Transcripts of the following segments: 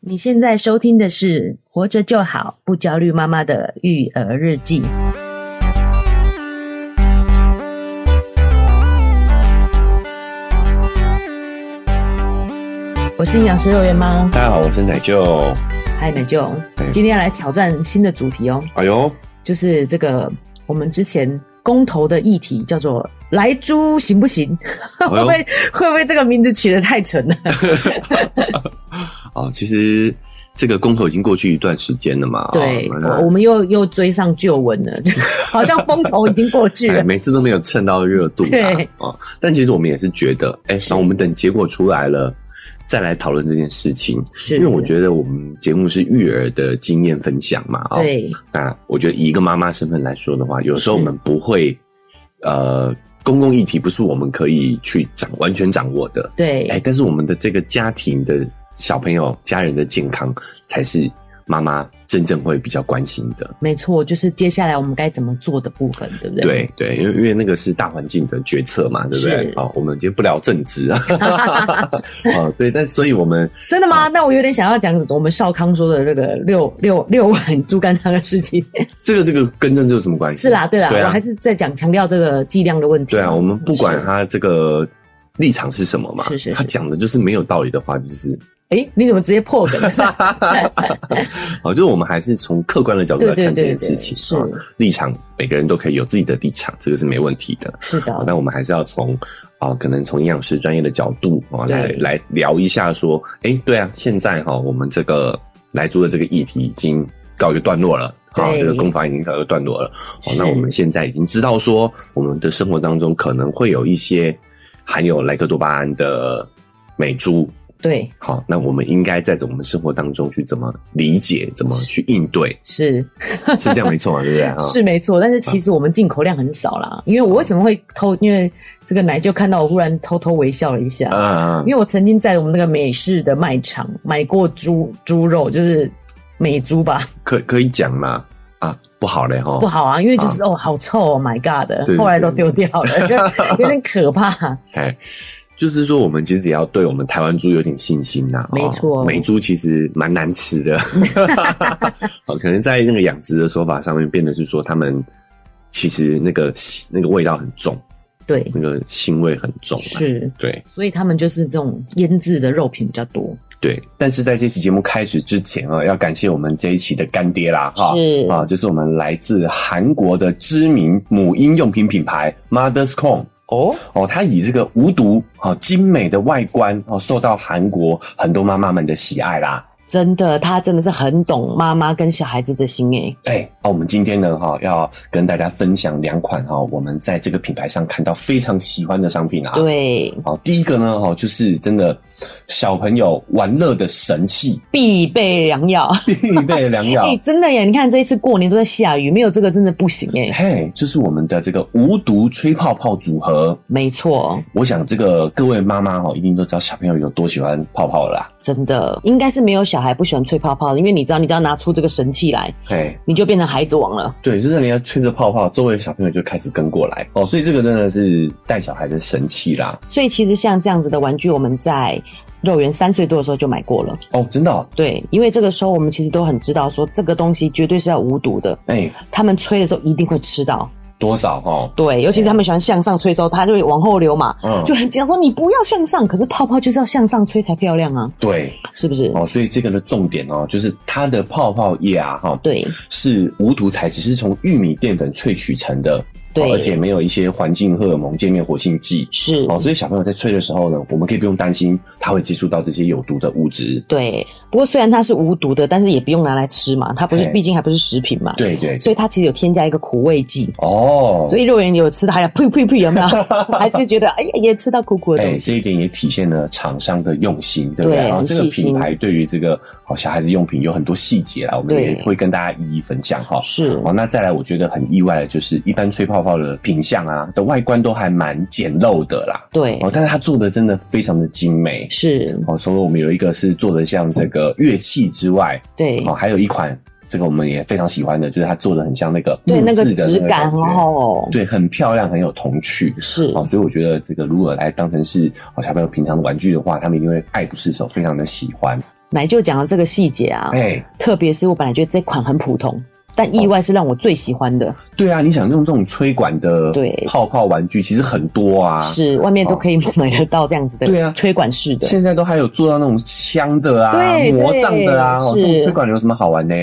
你现在收听的是《活着就好，不焦虑妈妈的育儿日记》。我是营养师肉圆妈，大家好，我是奶舅。嗨，奶舅哎，今天要来挑战新的主题哦，哎呦，就是这个我们之前公投的议题叫做“来猪行不行”， 会不会会不会这个名字取得太蠢了？哦，其实这个公投已经过去一段时间了嘛。对，哦我我们又又追上旧闻了， 好像风头已经过去 哎，了。每次都没有蹭到热度啦对哦，但其实我们也是觉得，哎、是那我们等结果出来了，再来讨论这件事情。是因为我觉得我们节目是育儿的经验分享嘛，哦，对，那我觉得以一个妈妈身份来说的话，有时候我是们不会，呃，公共议题不是我们可以去掌完全掌握的，对，哎、但是我们的这个家庭的小朋友、家人的健康，才是妈妈真正会比较关心的。没错，就是接下来我们该怎么做的部分，对不对？对对，因为因为那个是大环境的决策嘛，对不对是？哦，我们今天不聊政 治啊，哦，对，但所以我们真的吗？那我有点想要讲我们少康说的那个六六六碗猪肝汤的事 情，这个这个跟政治有什么关系？是啦，对啦，对我啊还，是在讲强调这个剂量的问题。对啊，我们不管是。他这个立场是什么嘛，是是是他讲的就是没有道理的话，就是，哎，你怎么直接破 梗？哦，就是我们还是从客观的角度来对对看这对件事对，情，是哦立场，每个人都可以有自己的立场，这个是没问题的。是啊，的，那我们还是要从啊、可能从营养师专业的角度啊、来对来聊一下，说，哎、对啊，现在哈、我们这个来租的这个议题已经告一个段落了。啊，对这个攻防已经告一个段落了。哦，是那我们现在已经知道说，我们的生活当中可能会有一些含有莱克多巴胺的美猪。对，好，那我们应该在我们生活当中去怎么理解，怎么去应对，是是这样没错嘛，对不对啊？ 是没错，但是其实我们进口量很少啦。因为我为什么会偷？因为这个奶就看到我忽然偷偷微笑了一下，啊，因为我曾经在我们那个美式的卖场买过猪猪肉，就是美猪吧，可可以讲嘛？啊，不好嘞哈，不好啊，因为就是、哦，好臭、哦、，My God 的对对，后来都丢掉 了，有点可怕。哎，就是说我们其实也要对我们台湾猪有点信心呐、没错哦美猪其实蛮难吃 的，哦，可能在那个养殖的手法上面，变得是说他们其实那个那个味道很重，对，那个腥味很重、啊，是，对所以他们就是这种腌制的肉品比较多。对。但是在这期节目开始之前啊，要感谢我们这一期的干爹啦，哈、是啊，就是我们来自韩国的知名母婴用品品牌 Mother's Con。哦，哦，它以这个无毒、哦精美的外观哦，受到韩国很多妈妈们的喜爱啦。真的，他真的是很懂妈妈跟小孩子的心诶。哎、哦，我们今天呢，哈、要跟大家分享两款哈、我们在这个品牌上看到非常喜欢的商品啊。，对，好、第一个呢，哈、就是真的小朋友玩乐的神器， 必备良药。必备良 药哎、。真的耶！你看这一次过年都在下雨，没有这个真的不行哎。嘿，就是我们的这个无毒吹泡泡组合。没错，我想这个各位妈妈哈，一定都知道小朋友有多喜欢泡泡了啦。真的应该是没有小孩不喜欢吹泡泡的，因为你知道，你只要拿出这个神器来，嘿，你就变成孩子王了。对，就是你要吹着泡泡，周围的小朋友就开始跟过来哦，所以这个真的是带小孩的神器啦。所以其实像这样子的玩具，我们在肉圆三岁多的时候就买过了。哦，真的、哦，对，因为这个时候我们其实都很知道说这个东西绝对是要无毒的，哎、他们吹的时候一定会吃到。多少哦？对，尤其是他们喜欢向上吹的时候，它就会往后流嘛，嗯就很紧张说你不要向上，可是泡泡就是要向上吹才漂亮啊，对是不是？哦，所以这个的重点哦，就是它的泡泡液啊，哈、对，是无毒材质，是从玉米淀粉萃取成的，对哦而且没有一些环境荷尔蒙、界面活性剂。是。哦，所以小朋友在吹的时候呢，我们可以不用担心他会接触到这些有毒的物质。对，不过虽然它是无毒的，但是也不用拿来吃嘛，它不是嘿，毕竟还不是食品嘛，，对对所以它其实有添加一个苦味剂，哦，所以肉圆有吃的，还要呸呸呸，有 没有？还是觉得哎呀，也吃到苦苦的哎、东西，这一点也体现了厂商的用心，对不对？对然后很这个细心品牌对于这个哦小孩子用品有很多细节啦，我们对也会跟大家一一分享哈。是哦，那再来，我觉得很意外的就是，一般吹泡泡的品相啊的外观都还蛮简陋的啦，对，哦，但是它做的真的非常的精美。是，哦，除了我们有一个是做的像这个乐器之外，对哦，，还有一款这个我们也非常喜欢的，就是它做的很像那个对，木那个质的质那个感感很觉好哦，对，很漂亮，很有童趣。是哦，所以我觉得这个如果来当成是哦小朋友平常的玩具的话，他们一定会爱不释手，非常的喜欢。奶就讲了这个细节啊，哎，特别是我本来觉得这款很普通，但意外是让我最喜欢的，对啊，你想用这种吹管的对泡泡玩具，其实很多啊。是外面都可以买得到这样子的，对啊吹管式的。现在都还有做到那种枪的啊、对魔杖的啊，对哦这种是吹管有什么好玩呢？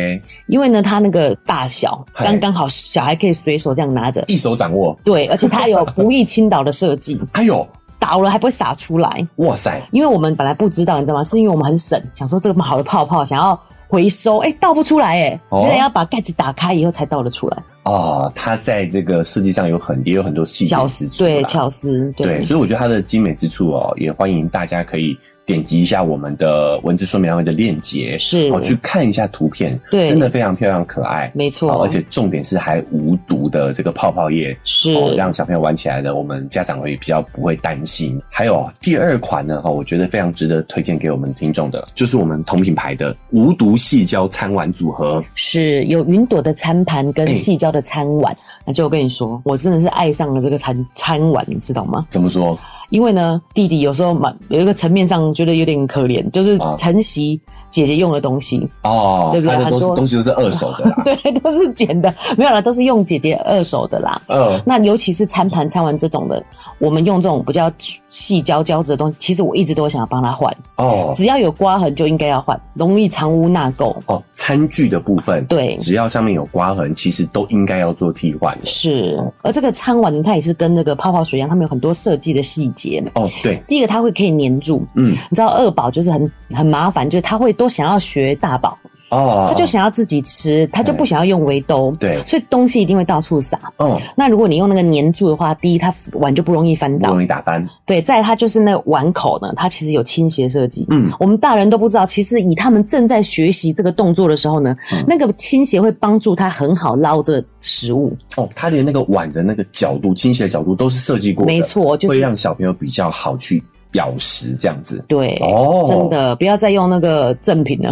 因为呢，它那个大小嗨刚刚好，小孩可以随手这样拿着。一手掌握，对，而且它有不易倾倒的设 计，哎呦，倒了还不会洒出来。哇塞，因为我们本来不知道，你知道吗？是因为我们很省，想说这么好的泡泡想要回收，哎、倒不出来、哎、哦原来要把盖子打开以后才倒得出来。哦，它在这个设计上有很也有很多细节巧之处啦，对巧思，对对，所以我觉得它的精美之处哦，也欢迎大家可以点击一下我们的文字说明栏位的链接，是哦，去看一下图片，对真的非常漂亮可爱，没错、哦，而且重点是还无毒的这个泡泡液。是、哦，让小朋友玩起来的，我们家长会比较不会担心。还有第二款呢，哈、哦，我觉得非常值得推荐给我们听众的，就是我们同品牌的无毒细胶餐碗组合。是有云朵的餐盘哎跟细胶的餐碗。那就我跟你说，我真的是爱上了这个餐餐碗，你知道吗？怎么说？因为呢，弟弟有时候蛮有一个层面上觉得有点可怜，就是啊承袭姐姐用的东西，哦，对不对它的都很是多东西都是二手的啦。 对，都是捡的，没有啦，都是用姐姐二手的啦。嗯，那尤其是餐盘、餐碗这种的，我们用这种比较细胶胶质的东西，其实我一直都想要帮他换，哦只要有刮痕就应该要换，容易藏污纳垢。哦，餐具的部分，对只要上面有刮痕，其实都应该要做替换的。是，而这个餐碗它也是跟那个泡泡水一样，它们有很多设计的细节。哦，对，第一个，它会可以粘住，嗯，你知道二宝就是很很麻烦，就是他会都想要学大宝，哦，他就想要自己吃，他就不想要用围兜，对所以东西一定会到处撒。嗯，那如果你用那个粘住的话，第一它碗就不容易翻不倒，容易打翻。对，再来它就是那个碗口呢，它其实有倾斜设计。嗯，我们大人都不知道，其实以他们正在学习这个动作的时候呢，嗯那个倾斜会帮助他很好捞这食物。哦，它连那个碗的那个角度、倾斜的角度都是设计过的，没错，就会啊是让小朋友比较好去咬食这样子。对。哦，真，的不要再用那个正品 了，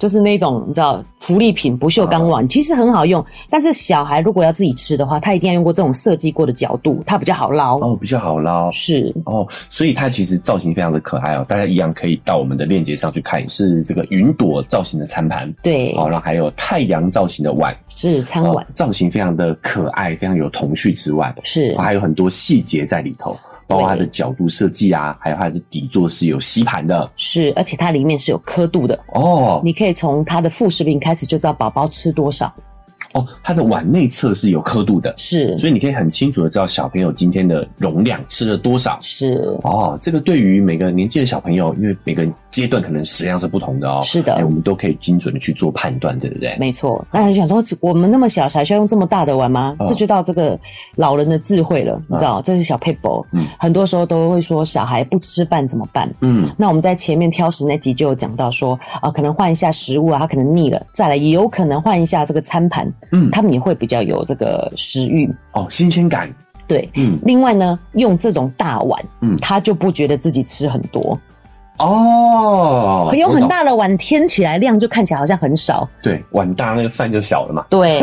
就是那种你知道福利品不锈钢哦碗，其实很好用，但是小孩如果要自己吃的话，他一定要用过这种设计过的角度，它比较好捞。哦，比较好捞。是，哦，所以它其实造型非常的可爱哦，大家一样可以到我们的链接上去看，是这个云朵造型的餐盘，对，哦，然后还有太阳造型的碗，是餐碗哦，造型非常的可爱，非常有童趣之外，是还有很多细节在里头，包括它的角度设计啊，还有它的底座是有吸盘的是，而且它里面是有刻度的，哦你可以从它的副食品开始就知道宝宝吃多少。哦，它的碗内侧是有刻度的，是所以你可以很清楚的知道小朋友今天的容量吃了多少。是哦，这个对于每个年纪的小朋友，因为每个阶段可能食量是不同的哦，是的哎我们都可以精准的去做判断，对不对？没错。那很想说，我们那么小，还需要用这么大的碗吗？哦这就到这个老人的智慧了，你知道，这是小佩宝。嗯很多时候都会说小孩不吃饭怎么办？嗯，那我们在前面挑食那集就有讲到说，啊、可能换一下食物啊，他可能腻了，再来也有可能换一下这个餐盘，嗯他们也会比较有这个食欲。哦，新鲜感，对，嗯，另外呢，用这种大碗，嗯他就不觉得自己吃很多，哦，有我很懂，大的碗添起来量就看起来好像很 少，对，碗大那个饭就小了嘛，对，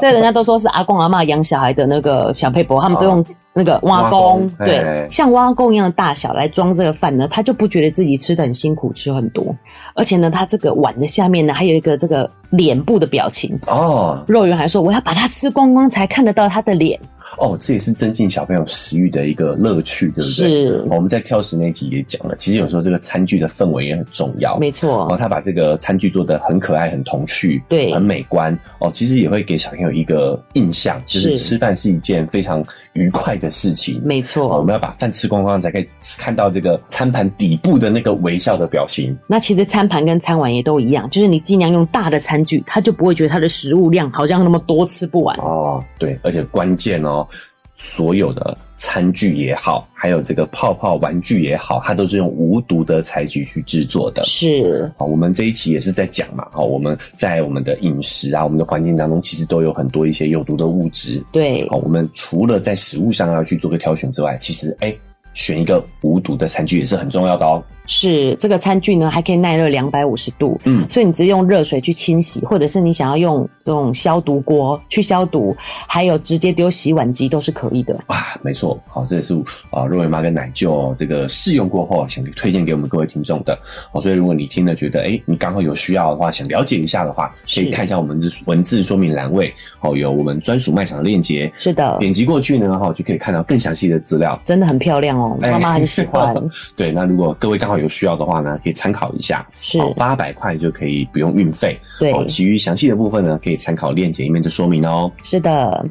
对，人家都说是阿公阿嬷养小孩的那个小配伯，他们都用那个挖哦挖工公，哎对，像挖工一样的大小来装这个饭呢，他就不觉得自己吃的很辛苦，吃很多。而且呢，他这个碗的下面呢，还有一个这个脸部的表情。哦肉圆还说：“我要把它吃光光才看得到他的脸。哦，这也是增进小朋友食欲的一个乐趣，对不对？哦是我们在挑食那集也讲了，其实有时候这个餐具的氛围也很重要。”没哦，错，他把这个餐具做的很可爱、很童趣，对很美观哦。其实也会给小朋友一个印象，就是是吃饭是一件非常愉快的事情。没哦我错。们要把饭吃光光，才可以看到这个餐盘底部的那个微笑的表情。那其实餐盘跟餐碗也都一样，就是你尽量用大的餐具，他就不会觉得他的食物量好像那么多，吃不完。哦，对，而且关键哦，所有的餐具也好，还有这个泡泡玩具也好，它都是用无毒的材质去制作的。是好，我们这一期也是在讲嘛，好，我们在我们的饮食啊，我们的环境当中，其实都有很多一些有毒的物质。对好，我们除了在食物上要去做个挑选之外，其实哎。选一个无毒的餐具也是很重要的哦。是这个餐具呢，还可以耐热两百五十度，嗯所以你直接用热水去清洗，或者是你想要用这种消毒锅去消毒，还有直接丢洗碗机都是可以的。啊，没错，好，这也是啊、呃若瑞妈跟奶舅、这个试用过后想推荐给我们各位听众的。哦，所以如果你听了觉得，哎，你刚好有需要的话，想了解一下的话，可以是看一下我们字文字说明栏位，哦，有我们专属卖场的链接，是的，点击过去呢，哈、就可以看到更详细的资料。真的很漂亮哦，哎妈妈很喜欢。对，那如果各位刚好有需要的话呢，可以参考一下，是哦，八百块就可以不用运费，对，哦，其余详细的部分呢，可以参考链接里面的说明哦。是的，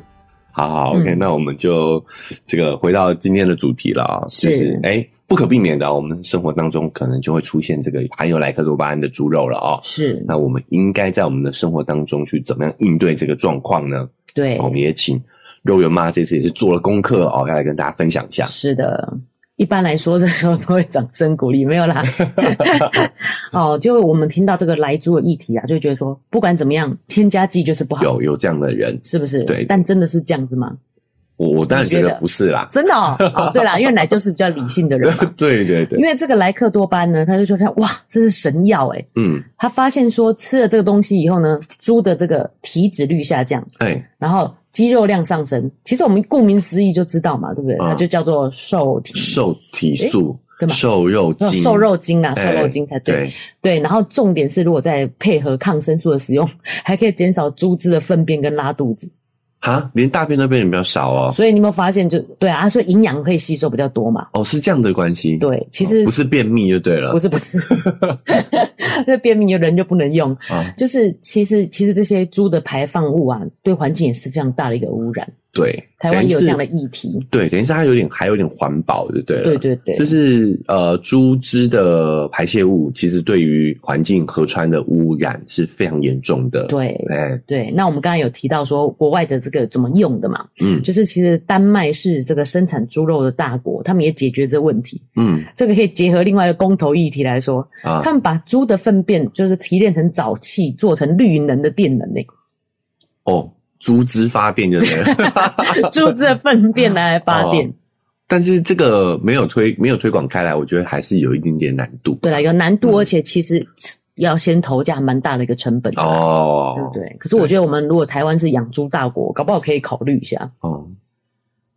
好好，OK，、嗯那我们就这个回到今天的主题了啊，是就是哎、不可避免的，我们生活当中可能就会出现这个含有莱克多巴胺的猪肉了哦。是，那我们应该在我们的生活当中去怎么样应对这个状况呢？对我，们也请肉圆妈这次也是做了功课哦，要来跟大家分享一下。是的。一般来说，这时候都会掌声鼓励，没有 啦。哦，就我们听到这个来猪的议题啊，就会觉得说，不管怎么样，添加剂就是不好，有有这样的人，是不是？对但真的是这样子吗？我我当然觉你得觉得不是啦。真的哦。哦，对啦， 因为奶就是比较理性的人嘛。对对对因，为这个莱克多巴胺呢，他就说他哇，这是神药诶、嗯，他发现说吃了这个东西以后呢，猪的这个体脂率下降，哎，然后肌肉量上升。其实我们顾名思义就知道嘛，对不对？嗯它就叫做瘦体，瘦体素对、嘛瘦肉精哦、瘦肉精啊，哎瘦肉精才对。对，对，然后重点是，如果再配合抗生素的使用，还可以减少猪只的粪便跟拉肚子。哈，连大便都变得比较少哦。所以你有没有发现就？对啊，所以营养可以吸收比较多嘛。哦，是这样的关系。对，其哦实不是便秘就对了，不是不是， 那便秘的人就不能用。啊，就是其实其实这些猪的排放物啊，对环境也是非常大的一个污染。对，台湾也有等于是这样的议题。对，等于是它有点还有点环保就对了，啊对对对，就是呃，猪只的排泄物其实对于环境河川的污染是非常严重的，，对哎，对。那我们刚才有提到说国外的这个怎么用的嘛，嗯就是其实丹麦是这个生产猪肉的大国，他们也解决这问题。嗯这个可以结合另外一个公投议题来说，啊他，们把猪的粪便就是提炼成沼气，做成绿能的电能呢、哦，猪只发电就对了， 猪只的粪便拿来 发电。哦但是这个没有推没有推广开来，我觉得还是有一点点难度，对啦，有难度，嗯而且其实要先投价蛮大的一个成本的啦哦，对不对？可是我觉得我们如果台湾是养猪大国，搞不好可以考虑一下。哦，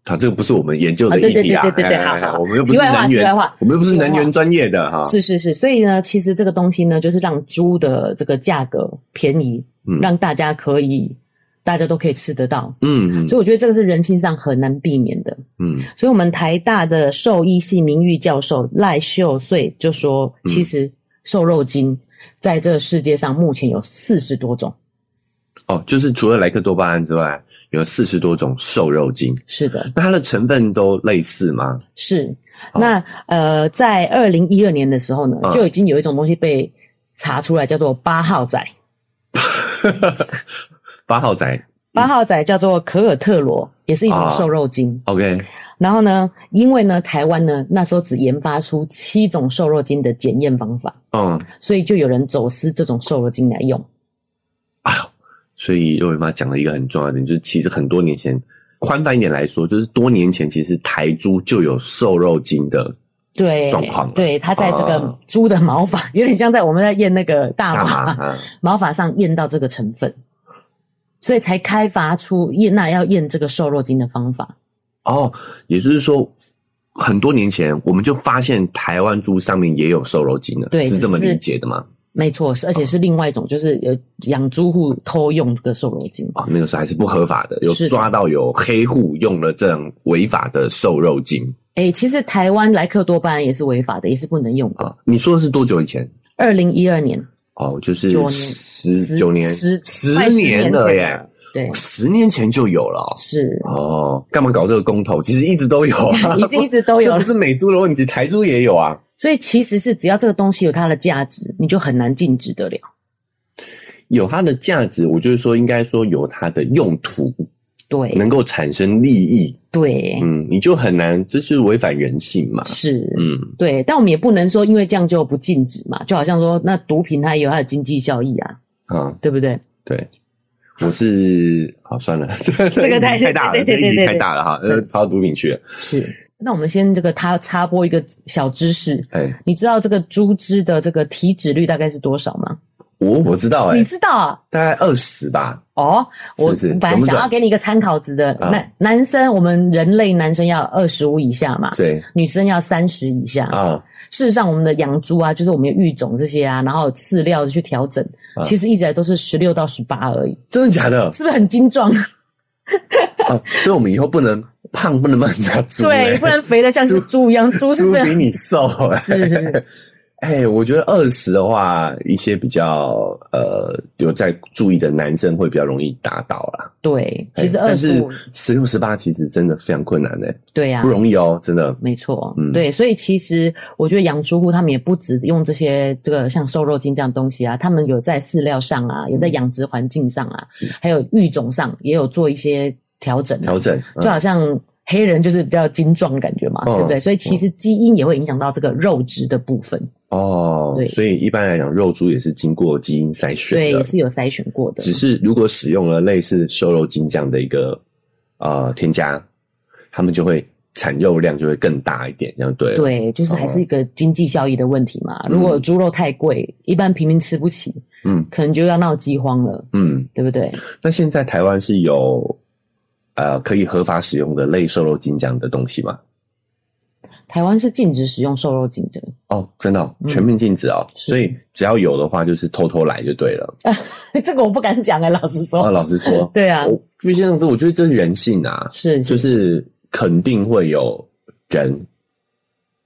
好，这个不是我们研究啊的对议对题啊，对对对对哎哎哎好好我们又不是题外话能源啊题外话，我们又不是题外能源话专业的哈，是是是，所以呢，其实这个东西呢，就是让猪的这个价格便宜，嗯让大家可以，大家都可以吃得到。嗯嗯所以我觉得这个是人性上很难避免的。嗯，所以我们台大的兽医系名誉教授赖秀穗就说，嗯其实瘦肉精在这个世界上目前有四十多种。哦，就是除了莱克多巴胺之外，有四十多种瘦肉精，是的，那它的成分都类似吗？ 是，好那呃，在二零一二年的时候呢嗯，就已经有一种东西被查出来，叫做八号仔。八号仔八号仔叫做可尔特罗，也是一种瘦肉精。 ，OK，然后呢，因为呢，台湾呢那时候只研发出七种瘦肉精的检验方法，嗯所以就有人走私这种瘦肉精来用。啊，所以肉圆妈讲了一个很重要的点，就是其实很多年前，宽泛一点来说，就是多年前其实台猪就有瘦肉精的对，状况了对，它在这啊个猪的毛发，有点像在我们在验那个大大麻 麻啊，毛发上验到这个成分，所以才开发出验那要验这个瘦肉精的方法。哦，也就是说。很多年前，我们就发现台湾猪上面也有瘦肉精了，对是这么只是理解的吗？没错，是而且是另外一种，就是有养猪户偷用这个瘦肉精。啊，那个时候还是不合法的，有是的抓到有黑户用了这样违法的瘦肉精哎、其实台湾莱克多巴胺也是违法的，也是不能用的。啊！你说的是多久以前？二零一二年，哦，就是九年十九年、十十快年前了耶，，对，十年前就有了哦是，哦。干嘛搞这个公投？其实一直都有 啊已经一直都有 这不了。是美猪的问题，台猪也有啊。所以其实是只要这个东西有它的价值，你就很难禁止得了。有它的价值，我就是说，应该说有它的用途，对能够产生利益，对、嗯，你就很难，这是违反人性嘛，是。嗯，对，但我们也不能说因为这样就不禁止嘛，就好像说那毒品它也有它的经济效益啊，啊，对不对？对，我是好算了，这 这个太太大了，对对对这个议题对对太大了哈，呃，跑到毒品去了。是那我们先这个他插播一个小知识，哎，你知道这个猪脂的这个体脂率大概是多少吗？我我知道哎、你知道啊？大概二十吧，哦，我是不是本来准不想准要给你一个参考值的。啊男、男生，我们人类男生要二十五以下嘛，对女生要三十以下。啊，事实上，我们的养猪啊，就是我们有育种这些啊，然后饲料去调整，啊其实一直以来都是十六到十八而已，真的假的？是不是很精壮？啊，所以我们以后不能胖，不能骂人家猪、欸，对，不然肥的像是猪一样，猪是猪不比是？你瘦、欸，是是哎、我觉得二十的话，一些比较呃有在注意的男生会比较容易达到啦。对，其实哎二但十是五，十六、十八其实真的非常困难的、对呀、不容易哦，真的。没错，嗯对，所以其实我觉得养猪户他们也不止用这些这个像瘦肉精这样东西啊，他们有在饲料上啊，嗯有在养殖环境上啊，还有育种上也有做一些调整、啊调，整，就嗯、好像黑人就是比较精壮的感觉嘛，嗯对不对？所以其实基因也会影响到这个肉质的部分，哦对，所以一般来讲，肉猪也是经过基因筛选的，对，也是有筛选过的只。是如果使用了类似瘦肉精这样的一个呃添加，他们就会产肉量就会更大一点，这样对了。哦对，就是还是一个经济效益的问题嘛。嗯如果猪肉太贵，一般平民吃不起，嗯可能就要闹饥荒了，嗯。对不对？那现在台湾是有呃可以合法使用的类瘦肉精这样的东西吗？台湾是禁止使用瘦肉精的， 哦，真的、哦嗯，全面禁止哦，是所以只要有的话，就是偷偷来就对了。这个我不敢讲哎、老实说。，啊，老实说对啊，我毕竟这我觉得这是人性啊，是就是是肯定会有人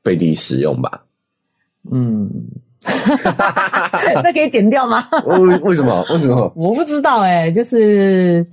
背地使用吧？嗯，这可以剪掉吗？ 为为什么？为什么？我不知道哎、就是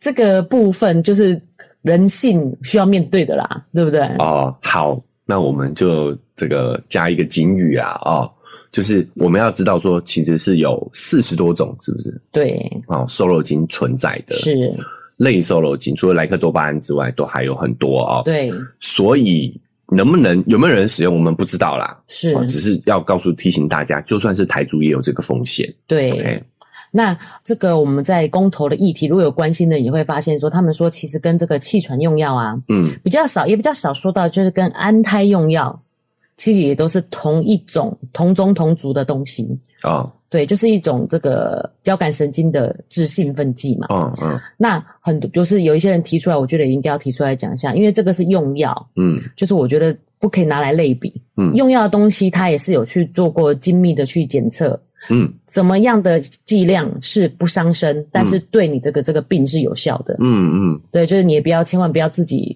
这个部分就是人性需要面对的啦，对不对？哦，好，那我们就这个加一个警语啊，哦，就是我们要知道说，其实是有四十多种，是不是？对，哦，瘦肉精存在的是，类瘦肉精，除了莱克多巴胺之外，都还有很多哦。，对，所以能不能有没有人使用，我们不知道啦。是哦，只是要告诉提醒大家，就算是台猪也有这个风险。对。哎，那这个我们在公投的议题，如果有关心的，也会发现说，他们说其实跟这个气喘用药啊嗯，比较少，也比较少说到，就是跟安胎用药，其实也都是同一种同宗同族的东西。哦，对，就是一种这个交感神经的致兴奋剂嘛。哦，嗯，那很多就是有一些人提出来，我觉得也应该要提出来讲一下，因为这个是用药，嗯，就是我觉得不可以拿来类比。嗯用药的东西它也是有去做过精密的去检测，嗯，怎么样的剂量是不伤身，但是对你这个这个病是有效的。嗯，嗯，对，就是你也不要千万不要自己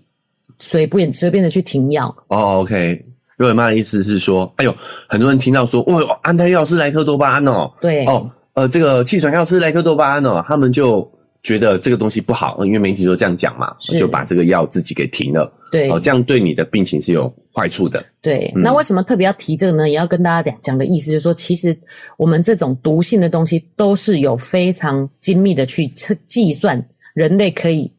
随便随便的去停药。哦，OK。瑞文妈的意思是说，哎呦，很多人听到说，哇，安胎药是莱克多巴胺哦，对，哦，呃，这个气喘药是莱克多巴胺哦，他们就觉得这个东西不好，因为媒体都这样讲嘛，是就把这个药自己给停了。对哦，这样对你的病情是有坏处的。对，嗯那为什么特别要提这个呢？也要跟大家讲讲的意思，就是说，其实我们这种毒性的东西都是有非常精密的去测计算人类可以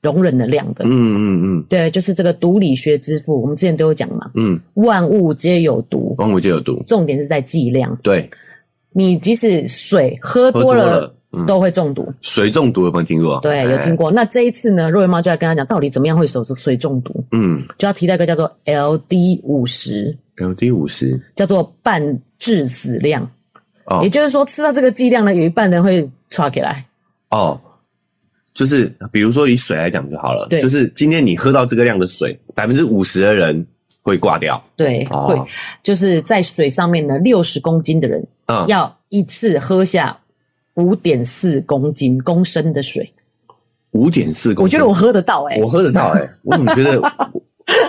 容忍的量的。嗯嗯对，就是这个毒理学之父，我们之前都有讲嘛，嗯嗯，万物皆有毒，光谷就有毒。重点是在剂量。对，你即使水喝喝多了了，嗯，都会中毒，水中毒有没有听过？对，有听过。过。那这一次呢，若瑞猫就要跟他讲，到底怎么样会手水中毒，嗯就要提到一个叫做 LD 五十， ，LD 五十叫做半致死量。哦也就是说，吃到这个剂量呢，有一半人会抓起来。哦，就是比如说以水来讲就好了，对就是今天你喝到这个量的水，百分之五十的人会挂掉。对，哦会就是在水上面呢，六十公斤的人嗯，要一次喝下五点四公斤公升的水。五点四公斤。我觉得我喝得到哎、我喝得到 哎、我怎么觉得我？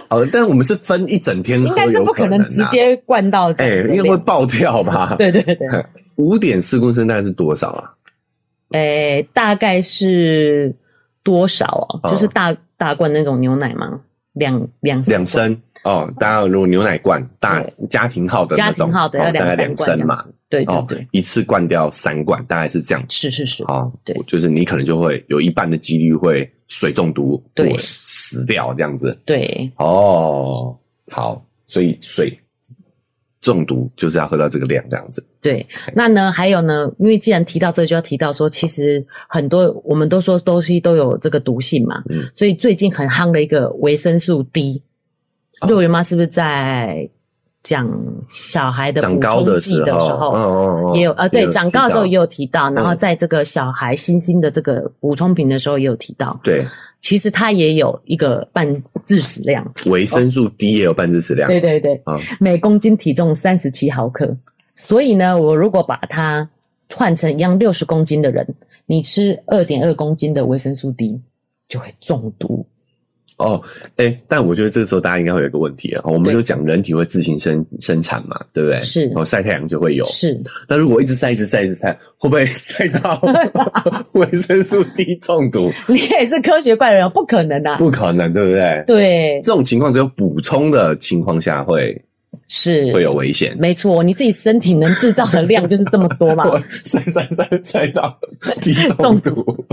哦，但我们是分一整天喝，应该是有不可能能直啊接灌到这哎、样子的因为会量。爆掉吧？， 对对对，五点四公升大概是多少啊？哎，大概是多少哦？嗯就是大大罐那种牛奶吗？两两三两升哦，大家如果牛奶罐大家庭号的家那庭种，号的哦要大概两三两罐这升样嘛子。。对对哦对，，一次灌掉三罐，大概是这样。是是是，哦，对就是你可能就会有一半的几率会水中毒，对或死掉这样子。对哦，好，所以水中毒就是要喝到这个量这样子。对，那呢，还有呢，因为既然提到这，就要提到说，其实很多我们都说东西都有这个毒性嘛，嗯所以最近很夯的一个维生素 D，哦肉圆妈是不是在讲小孩的长补高充的剂时的时候，候？嗯也有呃，对，长高的时候也有有提到，然后嗯在这个小孩新兴的这个补充品的时候也有提到，提到其实它也有一个半致死量，对维生素 D 也有半致死量，对对对，啊每公斤体重三十七毫克。所以呢，我如果把它换成一样六十公斤的人，你吃二点二公斤的维生素 D 就会中毒。哦，哎、但我觉得这个时候大家应该会有一个问题啊，我们对就讲人体会自行生生产嘛，对不对？是哦，晒太阳就会有。是，那如果一直晒、一直晒、一直晒，会不会 晒到维生素 D 中毒？你也是科学怪人哦，不可能啊！ 不可能，对不对？对，这种情况只有补充的情况下会是会有危险。没错，哦你自己身体能制造的量就是这么多 嘛，我晒晒晒晒到低中啊中毒，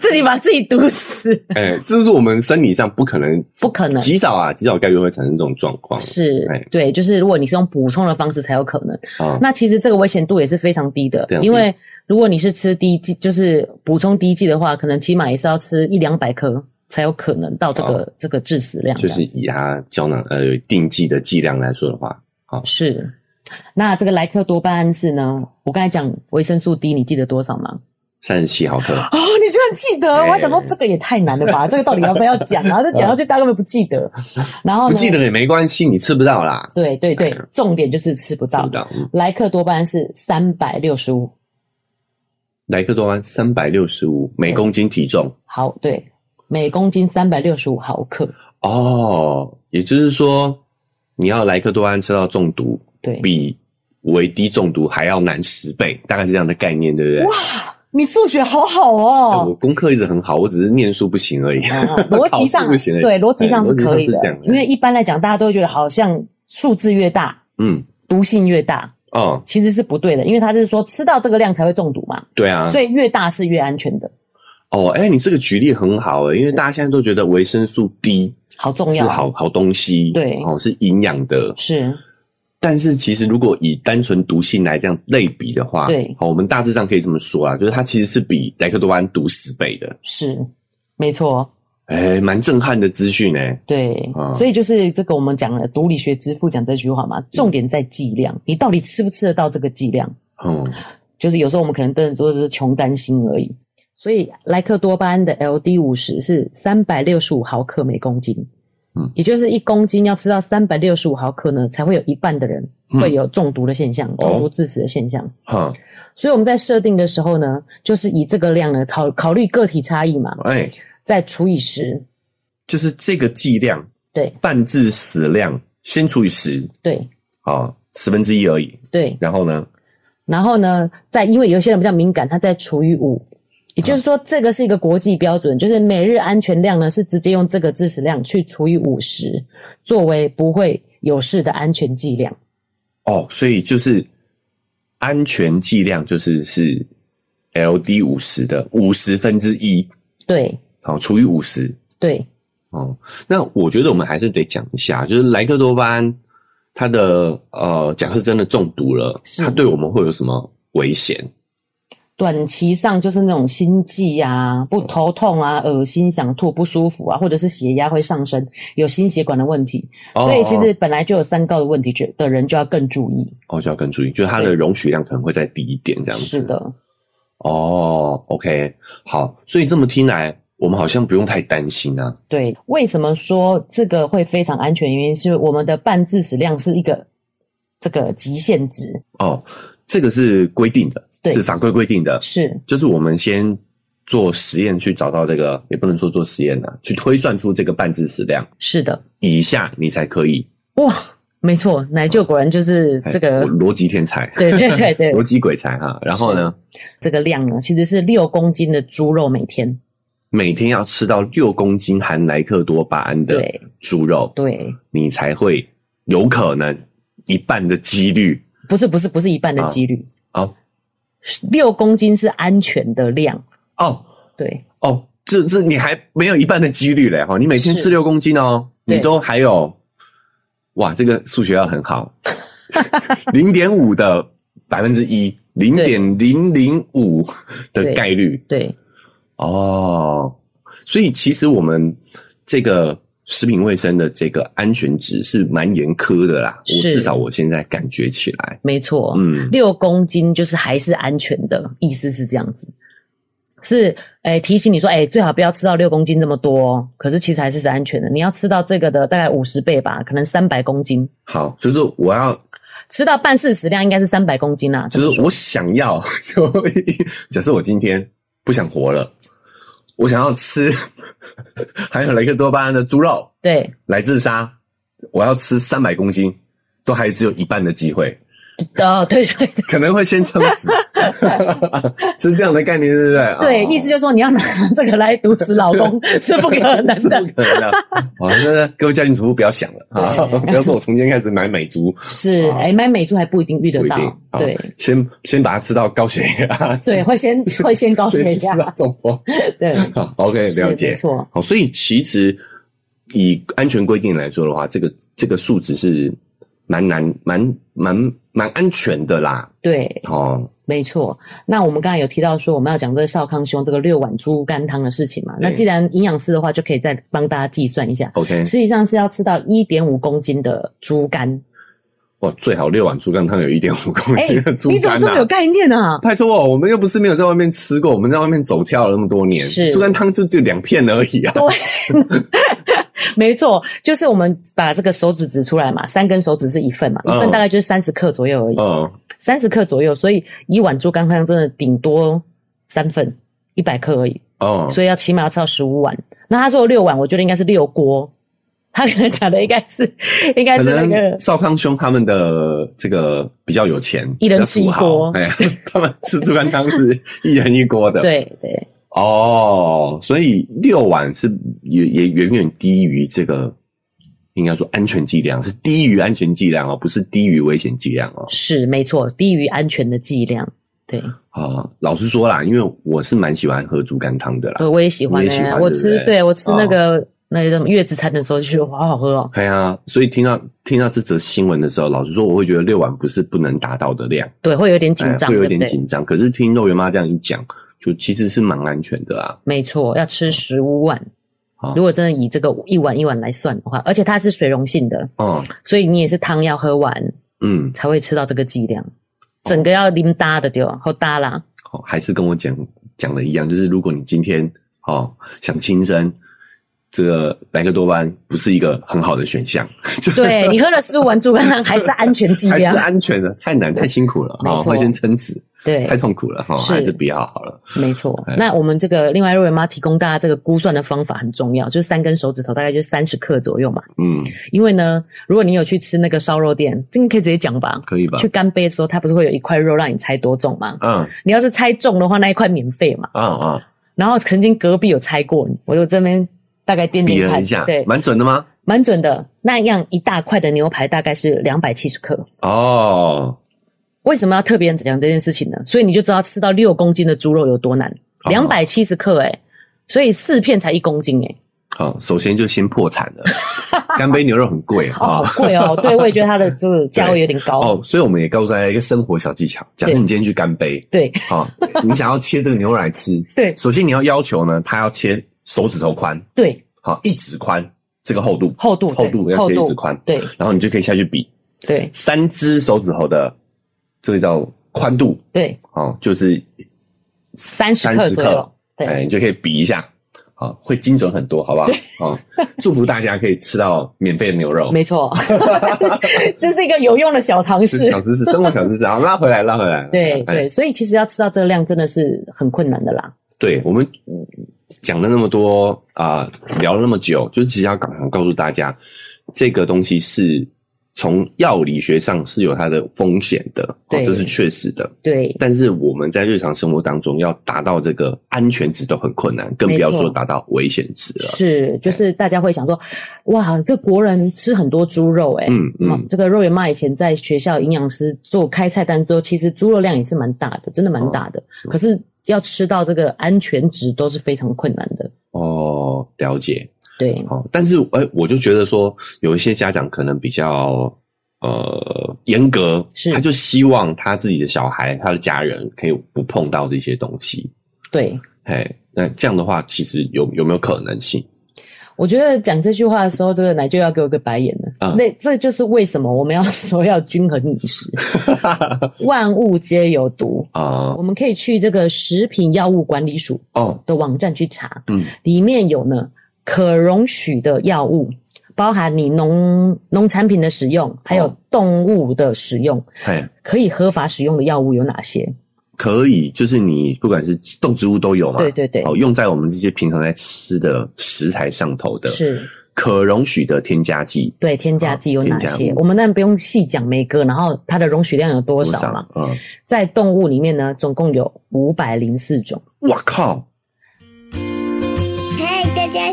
自己把自己毒死， 哎、这是我们生理上不可能，不可能。极少啊，极少概率会产生这种状况是哎对，就是如果你是用补充的方式才有可能。啊。那其实这个危险度也是非常低的非，常低因为如果你是吃第一剂，就是补充第一剂的话，可能起码也是要吃一两百颗才有可能到这个、哦这个致死量的。就是以它胶囊呃定剂的剂量来说的话，是那这个莱克多巴胺是呢？我刚才讲维生素 D，你记得多少吗？三十七毫克，哦，你居然记得！哎嗯我还想说这个也太难了吧，这个到底要不要讲啊？这讲下去大家根本不记得。然后不呢？记得也没关系，你吃不到啦，对对对，重点就是吃不吃到不。到。嗯莱克多巴胺是三百六十五莱克多巴胺三百六十五每公斤体重毫，对，每公斤三百六十五毫克，哦，也就是说你要莱克多巴胺吃到中毒，对。比维 D 中毒还要难十倍，大概是这样的概念，对不对？你数学好好哎我哦。功课一直很好，我只是念书不行而已。 嗯逻辑上哎考试不行而已对逻辑上是可以哎逻辑上是这的样，的因为一般来讲，大家都会觉得好像数字越大， 嗯，毒性越大，哦，其实是不对的，因为它是说吃到这个量才会中毒嘛，对啊，所以越大是越安全的，哦，哎、你这个举例很好、哎，因为大家现在都觉得维生素 D 好重是要。好好东西，对哦，是营养的。是但是其实如果以单纯毒性来这样类比的话，哦对好、我们大致上可以这么说啊，就是它其实是比莱克多巴胺毒十倍的，是，没错，哎、蛮震撼的资讯哎，对，嗯所以就是这个我们讲了毒理学之父讲这句话嘛，重点在剂量，你到底吃不吃得到这个剂量？嗯，就是有时候我们可能真的都是穷担心而已。所以莱克多巴胺的 LD 五十是三百六十五毫克每公斤，嗯也就是一公斤要吃到三百六十五毫克呢，才会有一半的人嗯哦会有中毒的现象，中毒致死的现象。哈，所以我们在设定的时候呢，就是以这个量呢考考虑个体差异嘛，哎、再除以十，就是这个剂量，对半致死量先除以十，对好，十分之一而已。对，然后呢，然后呢，再因为有些人比较敏感，他再除以五，也就是说，这个是一个国际标准，就是每日安全量呢是直接用这个致死量去除以五十，作为不会有事的安全剂量。哦，所以就是安全剂量就是是 L D 五十的五十分之一，对好，除以五十。对，哦，那我觉得我们还是得讲一下，就是莱克多巴胺它的呃，假设真的中毒了，是它对我们会有什么危险？短期上就是那种心悸啊、不头痛啊、恶心、想吐、不舒服啊，或者是血压会上升，有心血管的问题。哦所以其哦实本来就有三高的问题，就的人就要更注意。哦就要更注意，就是它的容许量可能会再低一点，这样子。是的，哦，OK，好，所以这么听来，我们好像不用太担心啊。对，为什么说这个会非常安全？原因是我们的半致死量是一个这个极限值，哦，这个是规定的，对是法规规定的，是就是我们先做实验去找到这个，也不能说做实验啊，去推算出这个半致死量是的，以下，你才可以。哇，没错，奶舅果然就是哎这个我，逻辑天才，对对对对逻辑鬼才哈。然后呢，这个量呢，其实是六公斤的猪肉每天，每天要吃到六公斤含莱克多巴胺的对猪肉，对，你才会有可能一半的几率不是不是不是一半的几率，哦六、公斤是安全的量，哦对，哦，这这你还没有一半的几率嘞哈，你每天是吃六公斤哦，对你都还有，哇，这个数学要很 好，零点五的百分之一，零点零零五的对概率对，哦，所以其实我们这个食品卫生的这个安全值是蛮严苛的啦。我是至少我现在感觉起来，没错，嗯，六公斤就是还是安全的，意思是这样子。是，诶、提醒你说，诶、最好不要吃到六公斤这么多、哦。可是其实还是是安全的，你要吃到这个的大概五十倍吧，可能三百公斤，好，就是我要，吃到半四十量应该是三百公斤啦、这么就是说我想要， 就假设我今天不想活了，我想要吃含有雷克多巴胺的猪肉对来自杀，我要吃三百公斤，都还只有一半的机会，哦，对对对可能会先撑死， 是这样的概念，对不对？对，哦意思就是说你要拿这个来毒死老 公是不可能是的，不可能的。哇，那各位家庭主妇不要想了啊！对不要说我从今天开始买美猪，是啊哎、买美猪还不一定遇不得一到定。啊对，先先把它吃到高血压，对，会 先会先高血先吃压，到中风。对，好，OK，是啊了解没。错，好，哦所以其实以安全规定来说的话，这个这个数值是蛮难、蛮蛮蛮安全的啦。对。哦，没错，那我们刚才有提到说我们要讲这个少康兄这个六碗猪肝汤的事情嘛？对那既然营养师的话，就可以再帮大家计算一下， OK，实际上是要吃到一点五公斤的猪肝。哇，最好六碗猪肝汤有一点五公哎、斤的猪你怎么肝这呐、么有概念啊？拜托，哦我们又不是没有在外面吃过，我们在外面走跳了那么多年，是猪肝汤就就两片而已啊。没错，就是我们把这个手指指出来嘛，三根手指是一份嘛，一嗯份大概就是三十克左右而已，嗯，三十、克左右，所以一碗猪肝汤真的顶多三份，一百克而已。哦，所以要起码要吃到十五碗。那他说六碗，我觉得应该是六锅。他可能讲的应该是， 应该可是那能个少康兄他们的这个比较有钱，一人吃一锅比较土豪哎， 他们吃猪肝汤是一人一锅 的，，对对哦，所以六碗是也也远远低于这个，应该说安全剂量是低于安全剂量哦，不是低于危险剂量哦。是没错，低于安全的剂量。对，啊、老实说啦，因为我是蛮喜欢喝猪肝汤的啦，呃我也喜欢你呢、啊也喜欢我对不吃对哦我吃那个、那个什么月子餐的时候就觉得哇，好好喝哦。哎呀，所以听到听到这则新闻的时候，老实说，我会觉得六碗不是不能达到的量，对，会有点紧哎张，会有对点不对？紧张。可是听肉圆妈这样一讲，就其实是蛮安全的啊。没错，要吃十五碗好。如果真的以这个一碗一碗来算的话，而且它是水溶性的，哦，所以你也是汤要喝完嗯，才会吃到这个剂量，整个要淋搭的对吧？好搭啦。好，哦还是跟我讲讲的一样，就是如果你今天哦想轻生，这个莱克多巴胺不是一个很好的选项， 对你喝了十五碗猪肝汤还是安全剂还是量，安全的，太难太辛苦了没哈，错会先撑死，对太，痛苦了哈，是还是不要好了。没错哎。那我们这个另外瑞文妈提供大家这个估算的方法很重要，就是三根手指头大概就三十克左右嘛。嗯，因为呢，如果你有去吃那个烧肉店，这个可以直接讲吧。可以吧去？干杯的时候，它不是会有一块肉让你猜多重吗？嗯你要是猜中的话，那一块免费嘛。嗯嗯，然后曾经隔壁有猜过，我就这边大概掂比掂了看一下，对，蛮准的吗？蛮准的。那样一大块的牛排大概是两百七十克。哦，为什么要特别讲这件事情呢？所以你就知道吃到六公斤的猪肉有多难，哦两百七十克哎、所以四片才一公斤哎、好，首先就先破产 了。干杯牛肉很贵哦，啊。好贵哦，对，我也觉得它的这个价位有点高，哦，所以我们也告诉大家一个生活小技巧：假设对你今天去干杯，对好、你想要切这个牛肉来吃， 对首先你要要求呢，它要切手指头宽，对，好、一指宽这个厚度，厚度厚对度要厚切一指度宽，对然后你就可以下去比对三只手指头的这个叫宽度，对，哦，就是三十30克左右克，哎，对，你就可以比一下，好、会精准很多，好不好？哦，祝福大家可以吃到免费的牛肉。 没 错，这是一个有用的小常是识。小知识，生活小知识，好拉回来，拉回来。对哎对，所以其实要吃到这个量真的是很困难的啦。对我们嗯讲了那么多啊、聊了那么久，就是其实要想告诉大家，这个东西是从药理学上是有它的风险的，哦对，这是确实的。对，但是我们在日常生活当中要达到这个安全值都很困难，更不要没错说达到危险值了。是哎就是大家会想说，哇，这国人吃很多猪肉哎、嗯嗯嗯，，这个肉圆妈以前在学校营养师做开菜单之后，其实猪肉量也是蛮大的，真的蛮大的。可是要吃到这个安全值都是非常困难的。哦，了解。对，哦，但是哎、我就觉得说，有一些家长可能比较呃严格，是他就希望他自己的小孩、他的家人可以不碰到这些东西。对哎，那这样的话，其实有有没有可能性？我觉得讲这句话的时候，这个奶就要给我一个白眼了。啊那这就是为什么我们要 说要均衡饮食，万物皆有毒。啊我们可以去这个食品药物管理署哦，的网站去查，嗯，里面有呢可容许的药物，包含你农农产品的使用，还有哦动物的使用，嘿，可以合法使用的药物有哪些？可以，就是你不管是动植物都有嘛，对对对，哦，用在我们这些平常在吃的食材上头的，是可容许的添加剂对添加剂有哪添加些？物我们当然不用细讲每个，然后它的容许量有多多少嘛？？嗯，在动物里面呢，总共有五百零四种。哇靠，嗨，大家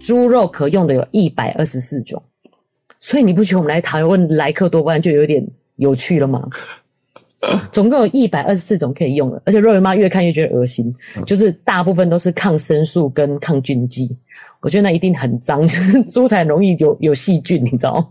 猪肉可用的有一百二十四种，所以你不觉得我们来讨论莱克多巴胺就有点有趣了吗？ 总共有一百二十四种可以用的，而且肉圆妈越看越觉得恶心，嗯就是大部分都是抗生素跟抗菌剂。我觉得那一定很脏， 就是猪才容易有有细菌，你知道 吗？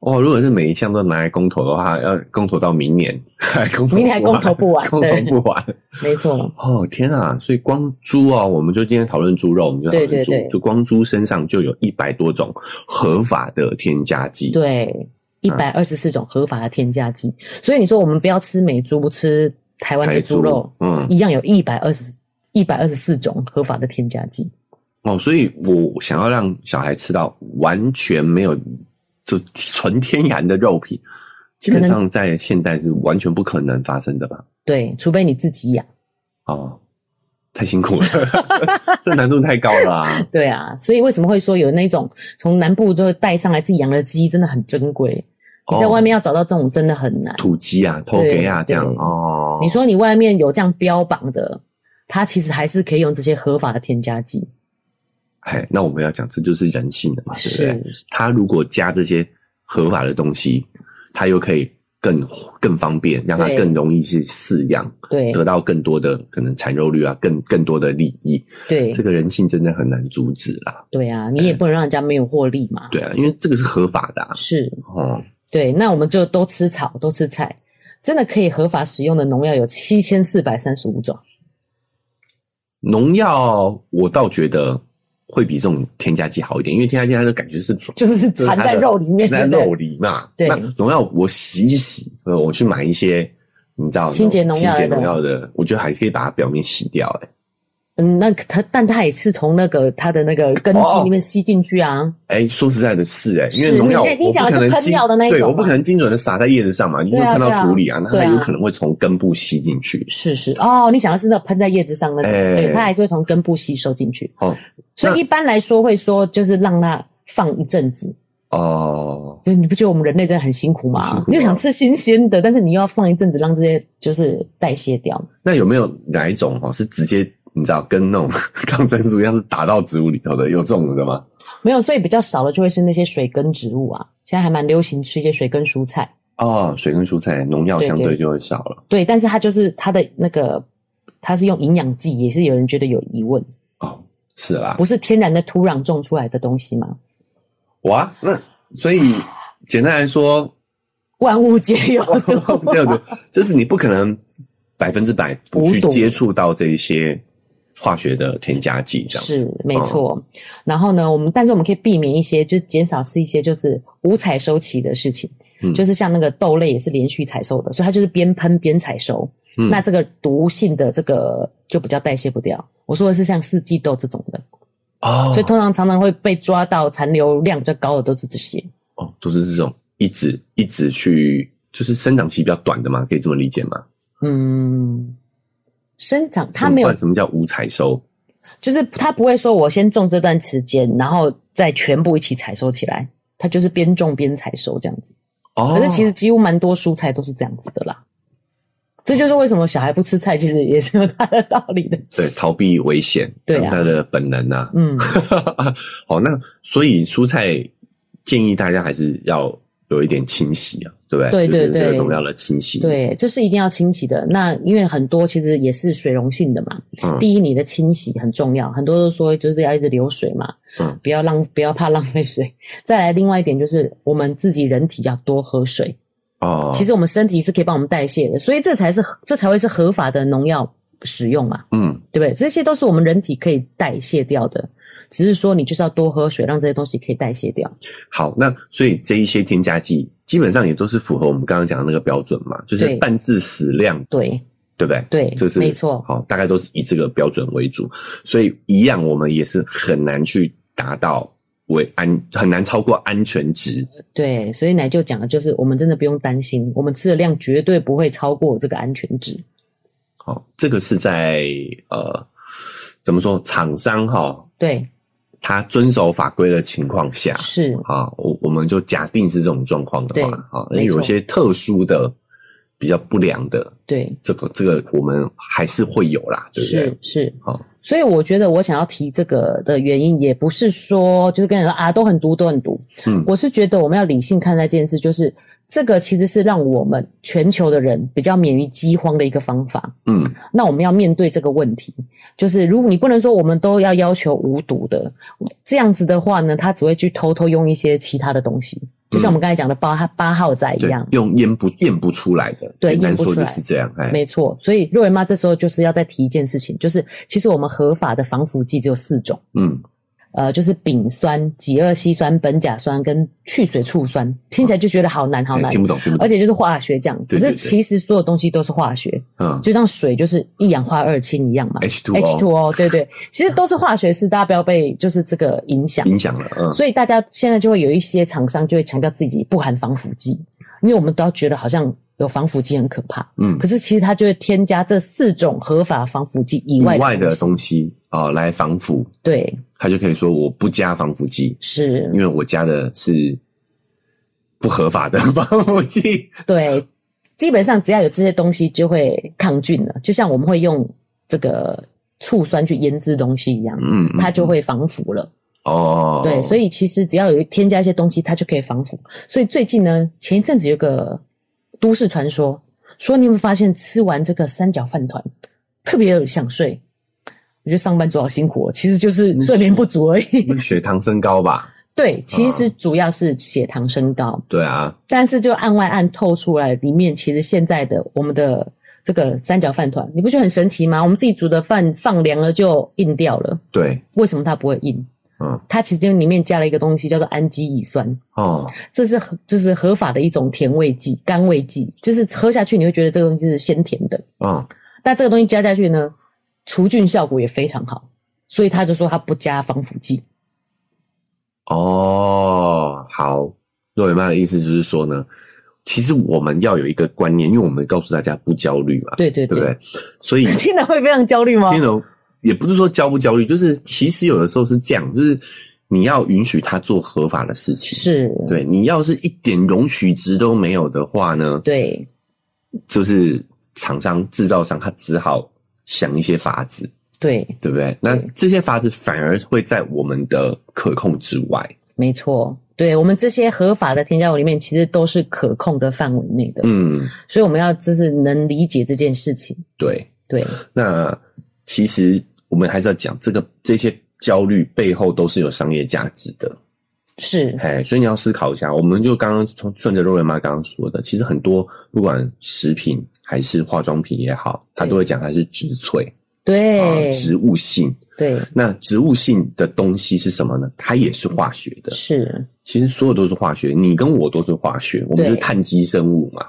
哦，如果是每一项都拿来公投的话，要公投到明年，还公投不完明年还公投不完 公对投不完。没错，哦，天啊！所以光猪哦，我们就今天讨论猪肉，我们就讨论猪，对对对就光猪身上就有一百多种合法的添加剂。对，一百二十四种合法的添加剂。所以你说我们不要吃美猪，不吃台湾的排猪肉，嗯，一样有一百二十一百二十四种合法的添加剂。哦，所以我想要让小孩吃到完全没有就纯天然的肉品，基本上在现代是完全不可能发生的吧？对，除非你自己养。哦，太辛苦了， 这难度太高了、啊。对啊，所以为什么会说有那种从南部就带上来自己养的鸡，真的很珍贵。 你在哦外面要找到这种真的很难。土鸡啊，偷给啊，对这样对哦。你说你外面有这样标榜的，它其实还是可以用这些合法的添加剂。哎，那我们要讲，这就是人性的嘛，啊对不对？是，他如果加这些合法的东西，他又可以更更方便，让他对更容易去饲养，对得到更多的可能产肉率啊，更更多的利益。对这个人性真的很难阻止啦。对啊，你也不能让人家没有获利嘛。对啊，因为这个是合法的、啊、是，哦。对，那我们就都吃草，都吃菜。真的可以合法使用的农药有七千四百三十五种。农药我倒觉得会比这种添加剂好一点，因为添加剂它的感觉是就是缠在肉里面，缠在对不对肉里嘛。对那农药我洗一洗，呃，我去买一些你知道清洁农药清洁的农药的，我觉得还可以把它表面洗掉、欸。嗯，那它但它也是从那个它的那个根哦茎里面吸进去啊。哎、说实在的是、哎，因是为农药你你我讲不的可能是喷精药的那一对，种我不吧可能精准的撒在叶子上嘛，因为对啊喷到对啊土里啊，那对它啊有可能会从根部吸进去。是是哦，你想的是那喷在叶子上那种，哎对，它还是会从根部吸收进去。哦所那以一般来说会说，就是让它放一阵子。哦，就你不觉得我们人类真的很辛苦很辛吗？苦啊你又想吃新鲜的，但是你又要放一阵子让这些就是代谢掉。那有没有哪一种哦是直接你知道跟那种 抗生素一样是打到植物里头的？有这种的吗？没有，所以比较少的就会是那些水根植物啊，现在还蛮流行吃一些水根蔬菜。哦，水跟蔬菜农药对相对对就会少了对，但是它就是它的那个，它是用营养剂，也是有人觉得有疑问。哦，是啦，不是天然的土壤种出来的东西吗？ 哇，那所以简单来说， 万物皆有毒，这样子就是你不可能百分之百不去无毒接触到这一些化学的添加剂， 这样子嗯是没错。然后呢，我们但是我们可以避免一些，就是减少吃一些就是无采收期的事情，嗯就是像那个豆类也是连续采收的，所以它就是边喷边采收，嗯那这个毒性的这个就比较代谢不掉。我说的是像四季豆这种的，哦所以通常常常会被抓到残留量比较高的都是这些。哦，都是这种一直一直去，就是生长期比较短的嘛，可以这么理解吗？嗯，生长它没有怎么办什么叫无采收？就是他不会说我先种这段时间，然后再全部一起采收起来，他就是边种边采收这样子。哦，可是其实几乎蛮多蔬菜都是这样子的啦。这就是为什么小孩不吃菜，其实也是有它的道理的。对逃避危险，对啊 他的本能呐、嗯，啊。好，那所以蔬菜建议大家还是要有一点清洗啊，对不对对？对就是对各种各样的清洗。，对，这是一定要清洗的。那因为很多其实也是水溶性的嘛。嗯第一，你的清洗很重要，很多都说就是要一直流水嘛，嗯不要浪，不要怕浪费水。再来，另外一点就是我们自己人体要多喝水。哦，其实我们身体是可以帮我们代谢的，所以这才是这才会是合法的农药使用嘛，嗯，对不对？这些都是我们人体可以代谢掉的，只是说你就是要多喝水，让这些东西可以代谢掉。好，那所以这一些添加剂基本上也都是符合我们刚刚讲的那个标准嘛，就是对半致死量，对对不对？对，就是没错，好，大概都是以这个标准为主，所以一样我们也是很难去达到为安，很难超过安全值。对。所以奶就讲的就是，我们真的不用担心，我们吃的量绝对不会超过这个安全值。好，这个是在呃怎么说，厂商哈，对，他遵守法规的情况下，是，啊，我我们就假定是这种状况的对话，啊，因没为有一错些特殊的比较不良的，对，这个这个我们还是会有啦，对不对是？是。好所以我觉得我想要提这个的原因，也不是说就是跟人说啊都很毒都很毒，嗯我是觉得我们要理性看待这件事，就是这个其实是让我们全球的人比较免于饥荒的一个方法。嗯，那我们要面对这个问题，就是如果你不能说我们都要要求无毒的，这样子的话呢，他只会去偷偷用一些其他的东西，嗯就像我们刚才讲的八号八号仔一对样，。用验不验不出来的，对简单验不说出就来是这样，哎，没错，所以若瑞妈这时候就是要再提一件事情，就是其实我们合法的防腐剂只有四种，嗯，呃，就是丙酸、己二烯酸、苯甲酸跟去水醋酸，听起来就觉得好难好哎难，听不懂，听不懂，而且就是化学这样。对可是对其实所有东西都是化学，嗯就像水就是一氧化二氢一样嘛 H two O ，H2O，对对，其实都是化学式，大家不要被就是这个影响。影响了，嗯， 所以大家现在就会有一些厂商就会强调自己不含防腐剂，因为我们都要觉得好像有防腐剂很可怕，嗯可是其实它就会添加这四种合法防腐剂以以外外的东西，东西啊、来防腐，对，他就可以说我不加防腐剂，是因，为我加的是不合法的防腐剂。对，基本上只要有这些东西就会抗菌了，就像我们会用这个醋酸去腌制东西一样，嗯，嗯它就会防腐了。哦，对，所以以其实只要有添加一些东西，它就可以防腐。所以最近呢，前一阵子有个都市传说，说你有没有发现吃完这个三角饭团特别想睡？我觉得上班族好辛苦哦，其实就是睡眠不足而已。血糖升高吧？对，其实主要是血糖升高，对啊，但是就案外案透出来，里面其实现在的我们的这个三角饭团，你不觉得很神奇吗？我们自己煮的饭放凉了就硬掉了，对，为什么它不会硬？嗯，它其实就里面加了一个东西叫做氨基乙酸，哦，这是合就是合法的一种甜味剂、甘味剂，就是喝下去你会觉得这个东西是鲜甜的。嗯，但这个东西加下去呢，除菌效果也非常好，所以他就说他不加防腐剂。哦，好。若伟曼的意思就是说呢，其实我们要有一个观念，因为我们告诉大家不焦虑嘛，对对对对，不对？所以 听了会非常焦虑吗听？了也不是说焦不焦虑，就是其实有的时候是这样，就是你要允许他做合法的事情。是，对你要是一点容许值都没有的话呢，对就是厂商、制造商他只好想一些法子，对，对不对？那这些法子反而会在我们的可控之外。没错。对我们这些合法的添加物里面，其实都是可控的范围内的，嗯，所以我们要就是能理解这件事情。对。对，那其实我们还是要讲这个这些焦虑背后都是有商业价值的。是，哎，所以你要思考一下，我们就刚刚从顺着肉圆妈刚刚说的，其实很多不管食品还是化妆品也好，它对都会讲它是植萃啊、对，植物性。对，那植物性的东西是什么呢？它也是化学的。是，其实所有都是化学，你跟我都是化学，我们对是碳基生物嘛，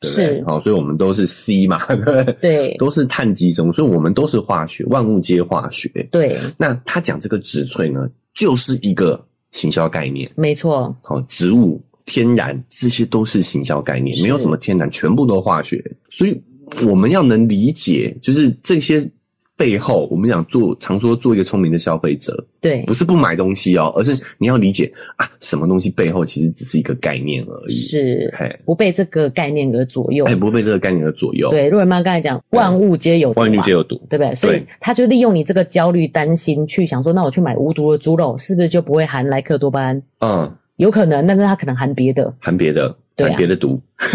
对不对是？好、所以我们都是 C 嘛， 对不对？对，都是碳基生物，所以我们都是化学，万物皆化学。对，那他讲这个植萃呢，就是一个行销概念。没错，好，植物、天然这些都是行销概念，是没有什么天然，全部都化学。所以我们要能理解，就是这些背后，我们想做常说做一个聪明的消费者，对不，是不买东西哦，而是你要理解啊，什么东西背后其实只是一个概念而已。，是嘿，不被这个概念而左右哎，。不会被这个概念而左右。，对，若尔曼刚才讲，万物皆有毒嘛，万绿皆有毒。对不对？所以他就利用你这个焦虑、担心，去想说，那我去买无毒的猪肉，是不是就不会含莱克多巴胺？嗯，有可能，但是它可能含别的。含别的，对啊含别的毒。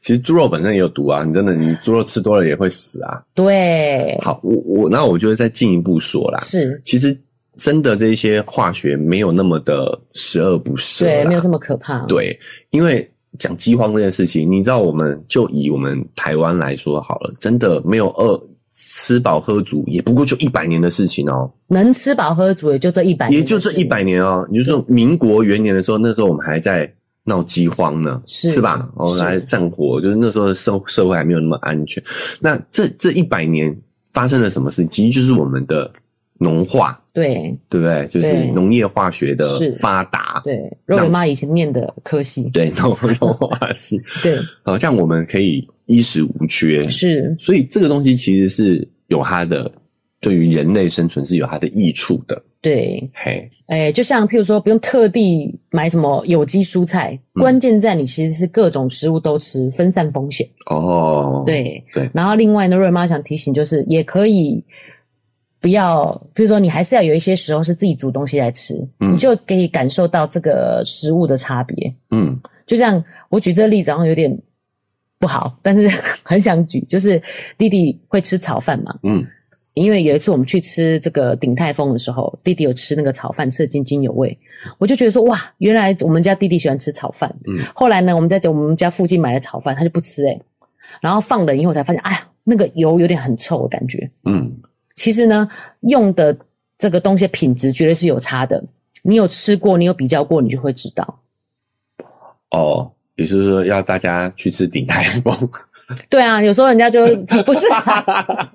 其实猪肉本身也有毒啊，你真的你猪肉吃多了也会死啊。对，好，我我那我就会再进一步说啦。是，其实真的这些化学没有那么的十恶不赦啦，对，没有这么可怕。，对，因为讲饥荒这件事情，你知道，我们就以我们台湾来说好了，真的没有饿。吃饱喝足也不过就一百年的事情哦，能吃饱喝足也就这一百，也就这一百。年哦。你就说民国元年的时候，那时候我们还在闹饥荒呢，是吧？哦，是还战火，就是那时候的社社会还没有那么安全。那这这一百年发生了什么事？其实就是我们的农化，对对不对？就是对农业化学的是发达，对，肉那圆妈以前念的科系，对农 农化系，对，啊，让我们可以衣食无缺。是，所以这个东西其实是有它的，对于人类生存是有它的益处的。对，嘿，哎，就像譬如说，不用特地买什么有机蔬菜，嗯关键在你其实是各种食物都吃，分散风险。哦，，对对然后另外呢，瑞妈想提醒就是，也可以不要，比如说你还是要有一些时候是自己煮东西来吃，嗯你就可以感受到这个食物的差别。嗯，就像我举这个例子，好像有点不好，但是 很想举，就是弟弟会吃炒饭嘛，嗯，因为有一次我们去吃这个鼎泰丰的时候，弟弟有吃那个炒饭，吃的津津有味，我就觉得说哇，原来我们家弟弟喜欢吃炒饭。嗯后来呢，我们在我们家附近买了炒饭，他就不吃哎、欸然后放冷以后我才发现，哎呀，那个油有点很臭的感觉。嗯，其实呢，用的这个东西品质绝对是有差的。你有吃过，你有比较过，你就会知道。哦，也就是说要大家去吃鼎泰丰。对啊，有时候人家就不 是啊、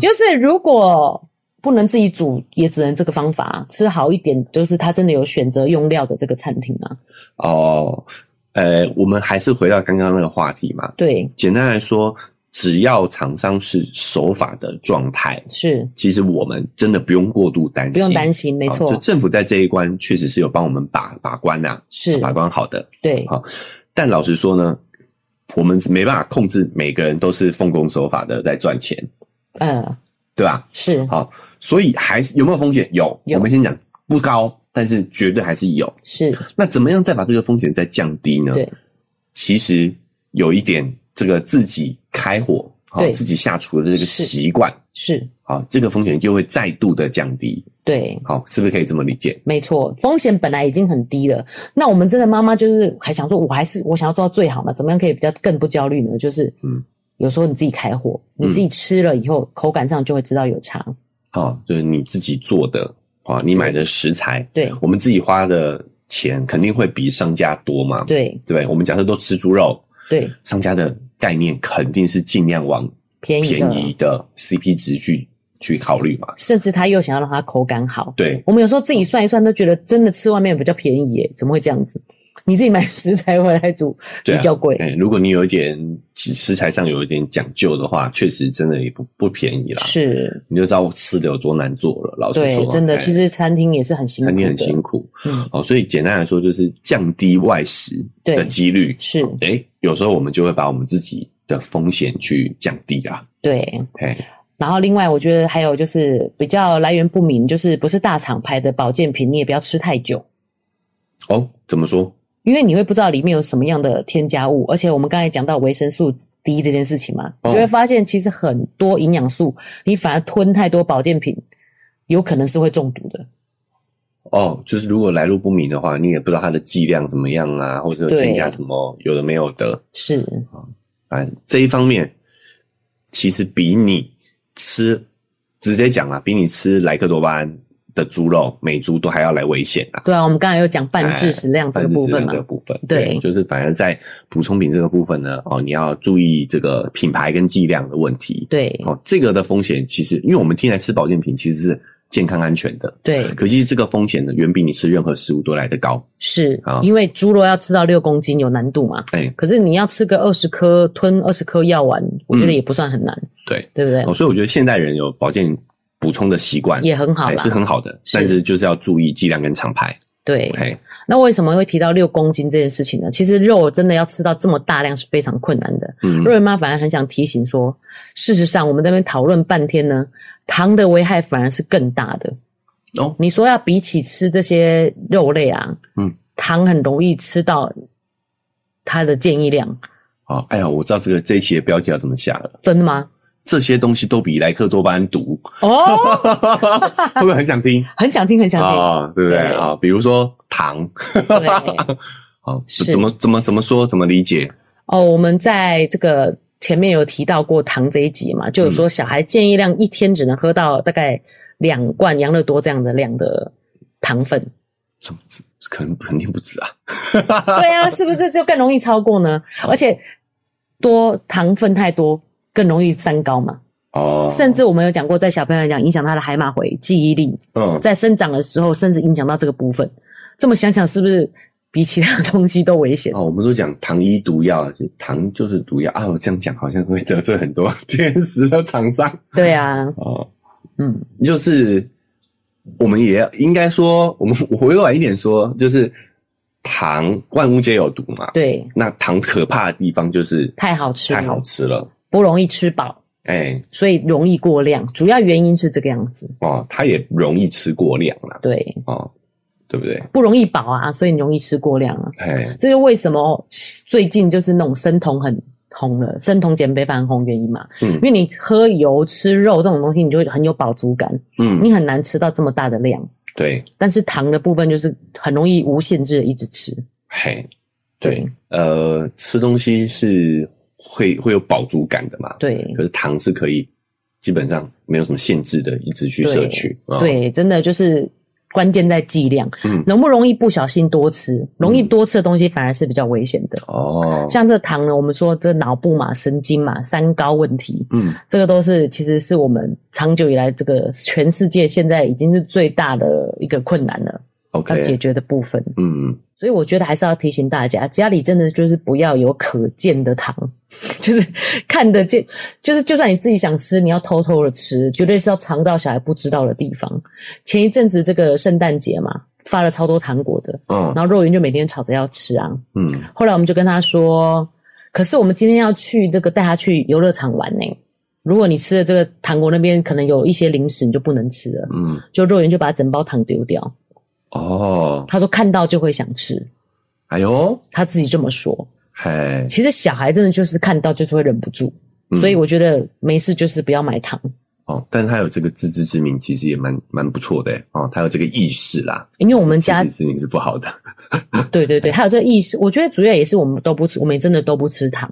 就是如果不能自己煮，也只能这个方法啊吃好一点，就是他真的有选择用料的这个餐厅啊。哦，呃，我们还是回到刚刚那个话题嘛。对，简单来说，只要厂商是守法的状态，是其实我们真的不用过度担心，不用担心，没好错就，政府在这一关确实是有帮我们把把关呐、是把关好的。对好但老实说呢，我们没办法控制每个人都是奉公守法的在赚钱，呃，对吧？是好，所以还是有没有风险？有，有我们先讲不高，但是绝对还是有。是，那怎么样再把这个风险再降低呢？对，其实有一点这个自己开火，好对自己下厨的这个是习惯，是，好，这个风险就会再度的降低。对，好，是不是可以这么理解？没错，风险本来已经很低了，那我们真的妈妈就是还想说，我还是我想要做到最好嘛，怎么样可以比较更不焦虑呢？就是，嗯有时候你自己开火，你自己吃了以后，口感上就会知道有差。好，啊就是你自己做的，啊，你买的食材，对我们自己花的钱肯定会比商家多嘛，对对不对？我们假设都吃猪肉，对，商家的概念肯定是尽量往便宜便的，宜的 CP 值去去考虑嘛。甚至他又想要让它口感好。对，我们有时候自己算一算，都觉得真的吃外面比较便宜耶，怎么会这样子？你自己买食材回来 煮对比啊较贵，哎、如果你有一点食材上有一点讲究的话，确实真的也不不便宜啦。是，你就知道我吃的有多难做了。啊老实对说，，真的，哎其实餐厅也是很辛苦肯定很的辛，苦。嗯，哦，所以简单来说，就是降低外食的对几率是哎、有时候我们就会把我们自己的风险去降低啦。对。哎，然后另外，我觉得还有就是比较来源不明，就是不是大厂牌的保健品，你也不要吃太久，哦，怎么说？因为你会不知道里面有什么样的添加物。而且我们刚才讲到维生素 D 这件事情嘛，哦你就会发现其实很多营养素，你反而吞太多保健品，有可能是会中毒的。哦，就是如果来路不明的话，你也不知道它的剂量怎么样啊，或者有对添加什么有的没有的。是，哎，这一方面其实比你吃直接讲啊啦，比你吃莱克多巴胺的猪肉美猪都还要来危险啊。对啊，我们刚才有讲半哎致食量这个部分嘛啊这，个部分，对就是反而在补充品这个部分呢，哦，你要注意这个品牌跟剂量的问题。对哦，这个的风险其实，因为我们听来吃保健品其实是健康安全的，对可惜这个风险呢，远比你吃任何食物都来得高。是好因为猪肉要吃到六公斤有难度嘛，哎，可是你要吃个二十颗，吞二十颗药丸，我觉得嗯也不算很难，对，对不对？哦，所以我觉得现代人有保健补充的习惯也很好哎啦，是很好的，是但是就是要注意剂量跟厂牌。对。哎，那为什么会提到六公斤这件事情呢？其实肉真的要吃到这么大量是非常困难的。嗯，瑞妈反而很想提醒说，事实上我们在那边讨论半天呢，糖的危害反而是更大的。哦你说要比起吃这些肉类啊，嗯，糖很容易吃到它的建议量，好，哎呀，我知道这个这一期的标题要怎么下了。真的吗？这些东西都比莱克多巴胺 毒，哦，会不会很想听？很想听，很想听。啊、对不对对啊？比如说糖，对，好，是怎么怎么怎么说，怎么理解？哦，我们在这个前面有提到过糖这一集嘛，就有嗯说小孩建议量一天只能喝到大概两罐养乐多这样的量的糖分。怎么可能肯定不止啊！ 对啊，是不是就更容易超过呢？而且多糖分太多更容易三高嘛。哦，甚至我们有讲过，在小朋友来讲，影响他的海马回记忆力，嗯，在生长的时候，甚至影响到这个部分。这么想想，是不是比其他东西都危险？哦，我们都讲糖衣毒药，啊就糖就是毒药啊！我这样讲好像会得罪很多 天使的厂商对啊，哦，嗯，就是我们也要应该说，我们我委婉一点说，就是糖万物皆有毒嘛。对，那糖可怕的地方就是太好吃了太好吃了。不容易吃饱，哎、所以容易过量，主要原因是这个样子。哦，它也容易吃过量啦，对，哦，对不对？不容易饱啊，所以你容易吃过量啊。哎，这就为什么最近就是那种生酮很红了，生酮减肥法很红原因嘛。嗯因为你喝油吃肉这种东西，你就会很有饱足感，嗯，你很难吃到这么大的量。对，但是糖的部分就是很容易无限制的一直吃。嘿，对，呃，吃东西是会会有饱足感的嘛，对可是糖是可以基本上没有什么限制的，一直去摄取，啊，对，真的就是关键在剂量，嗯容不容易不小心多吃，容易多吃的东西反而是比较危险的。哦，像这糖呢，我们说这脑部嘛、神经嘛、三高问题，嗯，这个都是其实是我们长久以来这个全世界现在已经是最大的一个困难了，要解 OK，决的部分。嗯，所以我觉得还是要提醒大家，家里真的就是不要有可见的糖， 就是看得见，就是就算你自己想吃，你要偷偷的吃，绝对是要藏到小孩不知道的地方。前一阵子这个圣诞节嘛，发了超多糖果的，哦，然后肉圆就每天吵着要吃啊，嗯，后来我们就跟他说，可是我们今天要去这个带他去游乐场玩呢、如果你吃了这个糖果，那边可能有一些零食，你就不能吃了。嗯，就肉圆就把整包糖丢掉。哦，他说看到就会想吃，哎呦，他自己这么说。嘿，其实小孩真的就是看到就是会忍不住，嗯所以我觉得没事就是不要买糖。哦，但是他有这个自知之明，其实也蛮蛮不错的，哦，他有这个意识啦，因为我们家自知之明是不好的，对对对，还有这个意识，我觉得主要也是我们都不吃，我们也真的都不吃糖。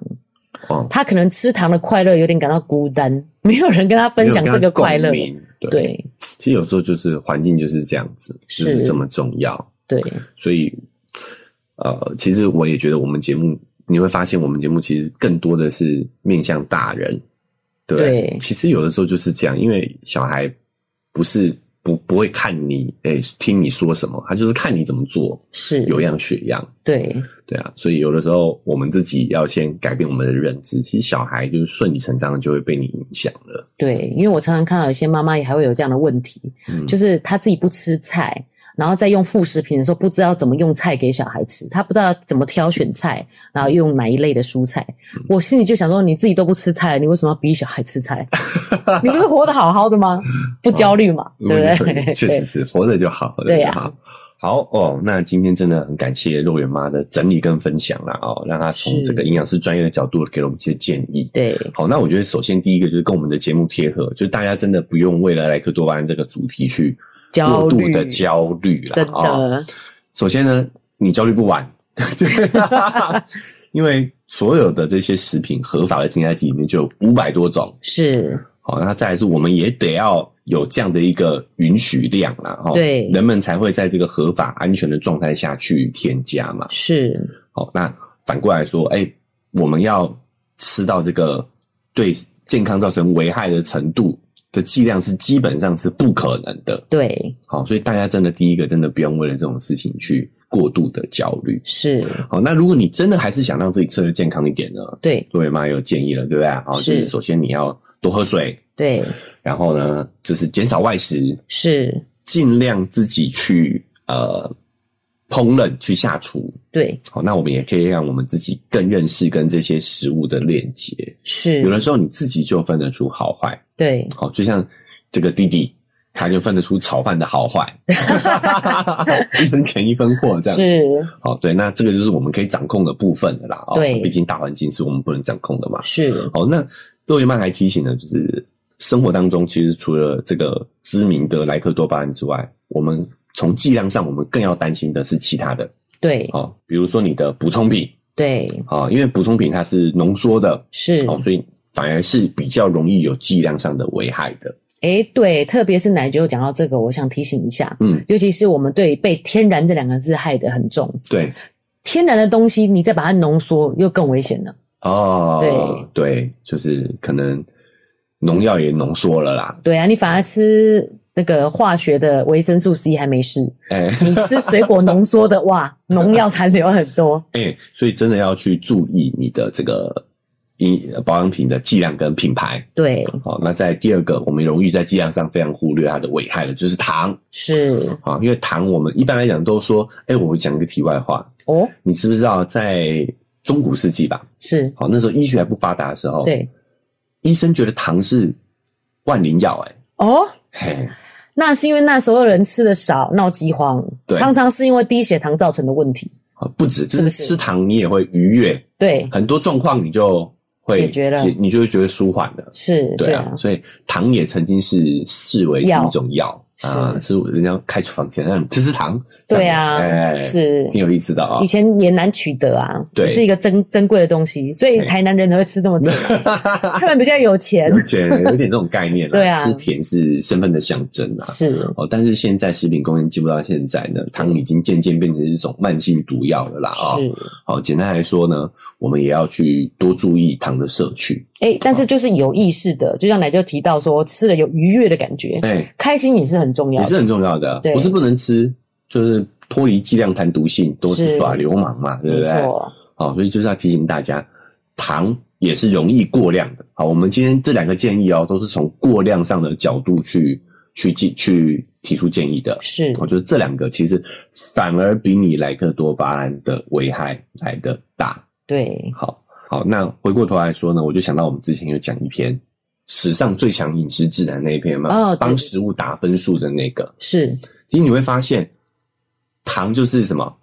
哦，他可能吃糖的快乐有点感到孤单，没有人跟他 分享这个快乐没。有跟他共鸣，对其实有时候就是环境就是这样子，是就是这么重要。对，所以，呃，其实我也觉得我们节目，你会发现我们节目其实更多的是面向大人，对不对对其实有的时候就是这样，因为小孩不是不不会看你，哎、听你说什么，他就是看你怎么做，是有样学样。对。对啊，所以有的时候我们自己要先改变我们的认知，其实小孩就是顺理成章的就会被你影响了。对，因为我常常看到有些妈妈也还会有这样的问题，嗯就是她自己不吃菜，然后在用副食品的时候不知道怎么用菜给小孩吃，她不知道怎么挑选菜，然后用哪一类的蔬菜。嗯我心里就想说，你自己都不吃菜，你为什么要逼小孩吃 菜？你不是活得好好的吗？不焦虑嘛，对不对？确实啊是活着就好，活着对就啊好。好哦，那今天真的很感谢肉圆妈的整理跟分享啦哦，让她从是这个营养师专业的角度给了我们一些建议。对好，那我觉得首先第一个就是跟我们的节目贴合，就是大家真的不用为了莱克多巴胺这个主题去焦过度虑的焦虑啦。真哦的首先呢，你焦虑不完， 因为所有的这些食品合法的添加剂里面就有五百多种，是好，哦那再来是我们也得要有这样的一个允许量啦，哦，对人们才会在这个合法安全的状态下去添加嘛。是，好，那反过来说，哎、我们要吃到这个对健康造成危害的程度的剂量是基本上是不可能的。对好，所以大家真的第一个真的不用为了这种事情去过度的焦虑。是，好，那如果你真的还是想让自己吃的健康一点呢，对各位妈也有建议了，对不对？好，就是是首先你要多喝水，对然后呢，就是减少外食，是，尽量自己去呃烹饪去下厨。对好，那我们也可以让我们自己更认识跟这些食物的链接。有是，的时候你自己就分得出好坏。对好，就像这个弟弟，他就分得出炒饭的好坏， 一分钱一分货这样子。是好，对，那这个就是我们可以掌控的部分的啦。哦对毕竟大环境是我们不能掌控的嘛。是，好，哦那洛伊曼还提醒了，就是生活当中其实除了这个知名的莱克多巴胺之外，我们从剂量上我们更要担心的是其他的对哦，比如说你的补充品对哦，因为补充品它是浓缩的是。哦，所以反而是比较容易有剂量上的危害的。诶，对，特别是奶酒讲到这个，我想提醒一下，嗯，尤其是我们对被“天然”这两个字害得很重。对，天然的东西，你再把它浓缩，又更危险了。哦，对，就是可能农药也浓缩了啦，对啊，你反而吃那个化学的维生素 C 还没事，哎、 你吃水果浓缩的，哇，农药残留很多。哎、所以真的要去注意你的这个饮呃保养品的剂量跟品牌。对，好，那在第二个，我们容易在剂量上非常忽略它的危害了，就是糖是啊，因为糖我们一般来讲都说，哎、我讲一个题外话，哦，你知不知道在中古世纪吧？是，好，那时候医学还不发达的时候，，对，医生觉得糖是万灵药、哎。哦，嘿，那是因为那时候人吃的少，闹饥荒，对常常是因为低血糖造成的问题。啊不止，就是是不是吃糖你也会愉悦，对，很多状况你就会解决了解你就会觉得舒缓了。是，对啊，所以糖也曾经是视为是一种药药啊、是人家开处方前让你吃吃糖。对啊这样哎，是挺有意思的啊、以前也难取得啊，对是一个珍珍贵的东西，所以对台南人才会吃这 么多，哦。他们比较有钱而，且有点这种概念 对啊吃甜是身份的象征啊。是，哦，但是现在食品供应进步到现在呢，糖已经渐渐变成一种慢性毒药了啦啊、是。好、简单来说呢，我们也要去多注意糖的摄取。哎、但是就是有意识的，就像奶就提到说，吃了有愉悦的感觉，哎、开心也是很重要也是的。很重要的，啊对不是不能吃，就是脱离剂量谈毒性，都是是耍流氓嘛，对没不对？错，好，所以就是要提醒大家，糖也是容易过量的。好，我们今天这两个建议哦，都是从过量上的角度去去记去提出建议的。是我觉得这两个其实反而比你莱克多巴胺的危害来的大。对，好好，那回过头来说呢，我就想到我们之前有讲一篇史上最强饮食指南那一篇嘛，哦对帮食物打分数的那个。是其实你会发现，糖就是什么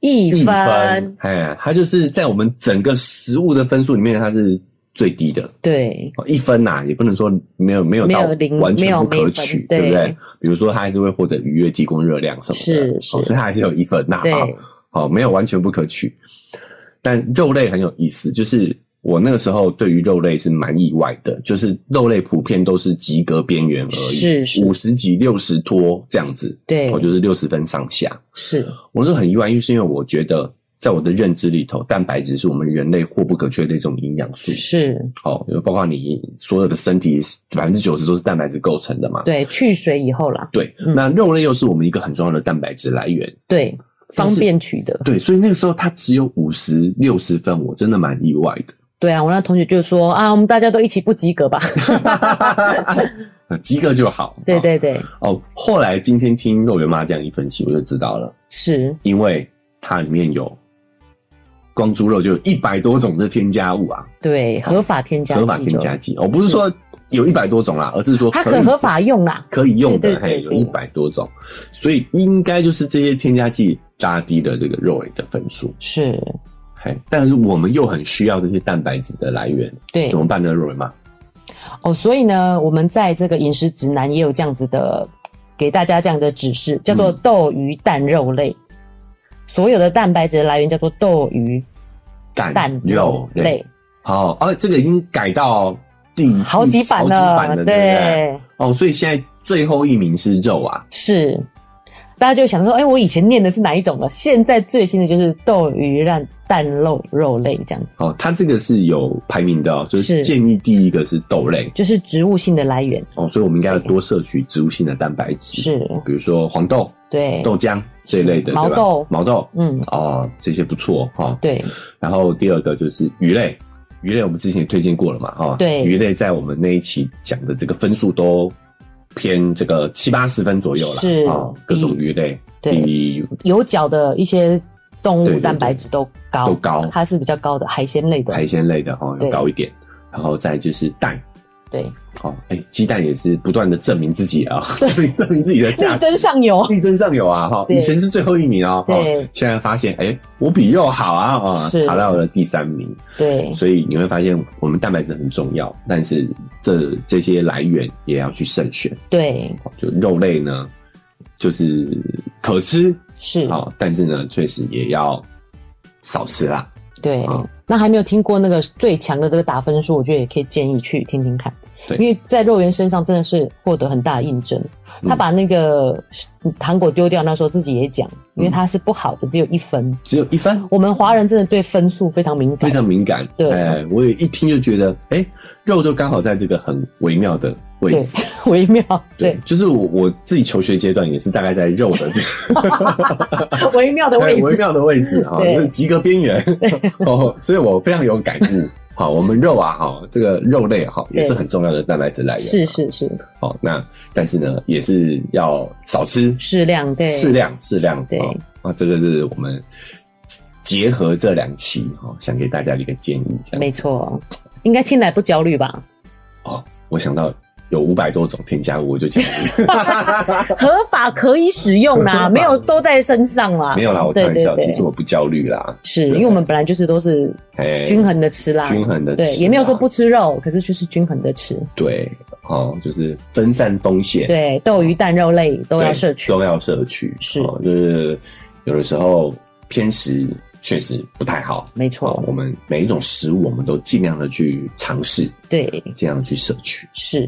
一分分，，哎，它就是在我们整个食物的分数里面，它是最低的。对，哦一分呐、也不能说没有没有没有到零完没全有不可没分取，对对不对？比如说，它还是会获得愉悦、提供热量什么是的，哦是所以它还是有一分呐、对啊。好、没有完全不可取。但肉类很有意思，就是我那个时候对于肉类是蛮意外的，就是肉类普遍都是及格边缘而已，是是五十几、六十多这样子，对我就是六十分上下。是我是很意外，因为是因为我觉得，在我的认知里头，蛋白质是我们人类或不可缺的一种营养素。是，哦，因为包括你所有的身体百分之九十都是蛋白质构成的嘛。对，去水以后啦，对嗯那肉类又是我们一个很重要的蛋白质来源。对，但方是便取得。对，所以那个时候它只有五十六十分，我真的蛮意外的。 对啊，我那同学就说啊，我们大家都一起不及格吧。呃及格就好。对对对，哦，后来今天听肉圆妈这样一分析，我就知道了，是因为它里面有光猪肉就有一百多种的添加物啊。对合法添加剂合就，法添加剂，我、哦不是说有一百多种啦，而是说它以可合法用啦。可以用的，对对对嘿，有对一百多种，所以应该就是这些添加剂拉低了这个肉类的分数，是，嘿，但是我们又很需要这些蛋白质的来源，对怎么办呢，肉圆妈？哦，所以呢，我们在这个饮食指南也有这样子的，给大家这样的指示，叫做嗯豆鱼蛋肉类，所有的蛋白质来源叫做豆鱼蛋蛋肉肉类，好，哦，这个已经改到第好几版好了，版了，对不对？对，哦，所以现在最后一名是肉啊，是。大家就想说，哎、我以前念的是哪一种了？现在最新的就是豆鱼蛋蛋肉肉类这样子，哦，它这个是有排名的、哦，就是是建议第一个是豆类。就是植物性的来源，哦，所以我们应该要多摄取植物性的蛋白质，是比如说黄豆、对，嗯豆浆这一类的，毛对吧豆毛豆，嗯，哦，这些不错哈、哦。对，然后第二个就是鱼类，鱼类我们之前也推荐过了嘛，哈、哦。对鱼类在我们那一期讲的这个分数都偏这个七八十分左右啦，是嗯哦，各种鱼类对比有角的一些动对对物对蛋白质都高，都高它是比较高的海鲜类的，海鲜类的哈、哦、对要高一点，然后再就是蛋，对，哦，哎、鸡蛋也是不断的证明自己啊， 证明自己的价 力值，争上游。 力争上游啊！哈，对以前是最后一名哦，哦对现在发现，哎、我比肉好啊，哦，是爬到了第三名。对，所以你会发现，我们蛋白质很重要，但是这这些来源也要去慎选。对，哦就肉类呢，就是可吃是，啊、哦但是呢，确实也要少吃啦。对好。那还没有听过那个最强的这个打分数，我觉得也可以建议去听听看，对因为在肉圆身上真的是获得很大的印证。嗯他把那个糖果丢掉，那时候自己也讲，因为它是不好的，只有一分。只有一分，我们华人真的对分数非常敏非感，常敏感。对哎我也一听就觉得，哎、肉就刚好在这个很微妙的位对置。， 微妙，对，就是我我自己求学阶段也是大概在肉的这 个 微妙的哎位微置，妙的位置哈，对就是及格边缘 哦，所以我非常有感悟。好，我们肉啊，哈，这个肉类哈也是对很重要的蛋白质来源。是是是，哦，那但是呢，也是要少吃，适量对，适量，适量。对哦啊，这个是我们结合这两期哈、哦，想给大家的一个建议。这样没错，应该听来不焦虑 吧？哦，我想到有五百多种添加物，我 就建议合法可以使用合啦，法没有都在身上啦。没有啦，我开对玩对笑，啊对其实我不焦虑啦，是对因为我们本来就是都是哎，均衡的吃啦，均衡的吃对啦，也没有说不吃肉，可是就是均衡的吃，对，哦，就是分散风险，对，豆鱼蛋肉类都对，要摄取，都要摄取，是哦，就是有的时候偏食确实不太好。没哦错，，我们每一种食物，我们都尽量的去尝试，对，尽量地去摄取。是，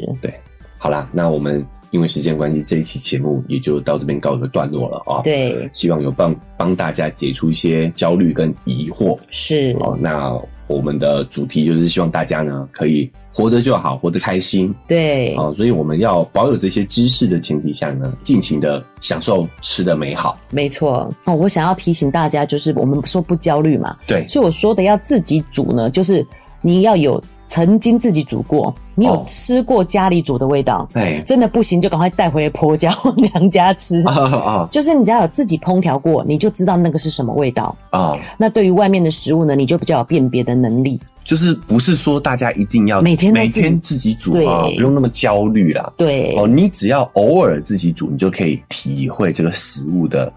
好啦，那我们因为时间关系，这一期节目也就到这边告一个段落了啊、，对，希望有帮帮大家解除一些焦虑跟疑惑是，哦。那我们的主题就是希望大家呢可以活着就好，活得开心对，哦。所以我们要保有这些知识的前提下呢，尽情的享受吃的美好。没错。哦，我想要提醒大家，就是我们说不焦虑嘛，对，所以我说的要自己煮呢，就是你要有曾经自己煮过，你有哦吃过家里煮的味道，哎，真的不行就赶快带回婆家或娘家 吃。啊啊就是你只要有自己烹调过，你就知道那个是什么味道。啊！那对于外面的食物呢，你就比较有辨别的能力。就是不是说大家一定要每天都每自己天自己煮对啊，不用那么焦虑啦。对，哦，你只要偶尔自己煮，你就可以体会这个食物的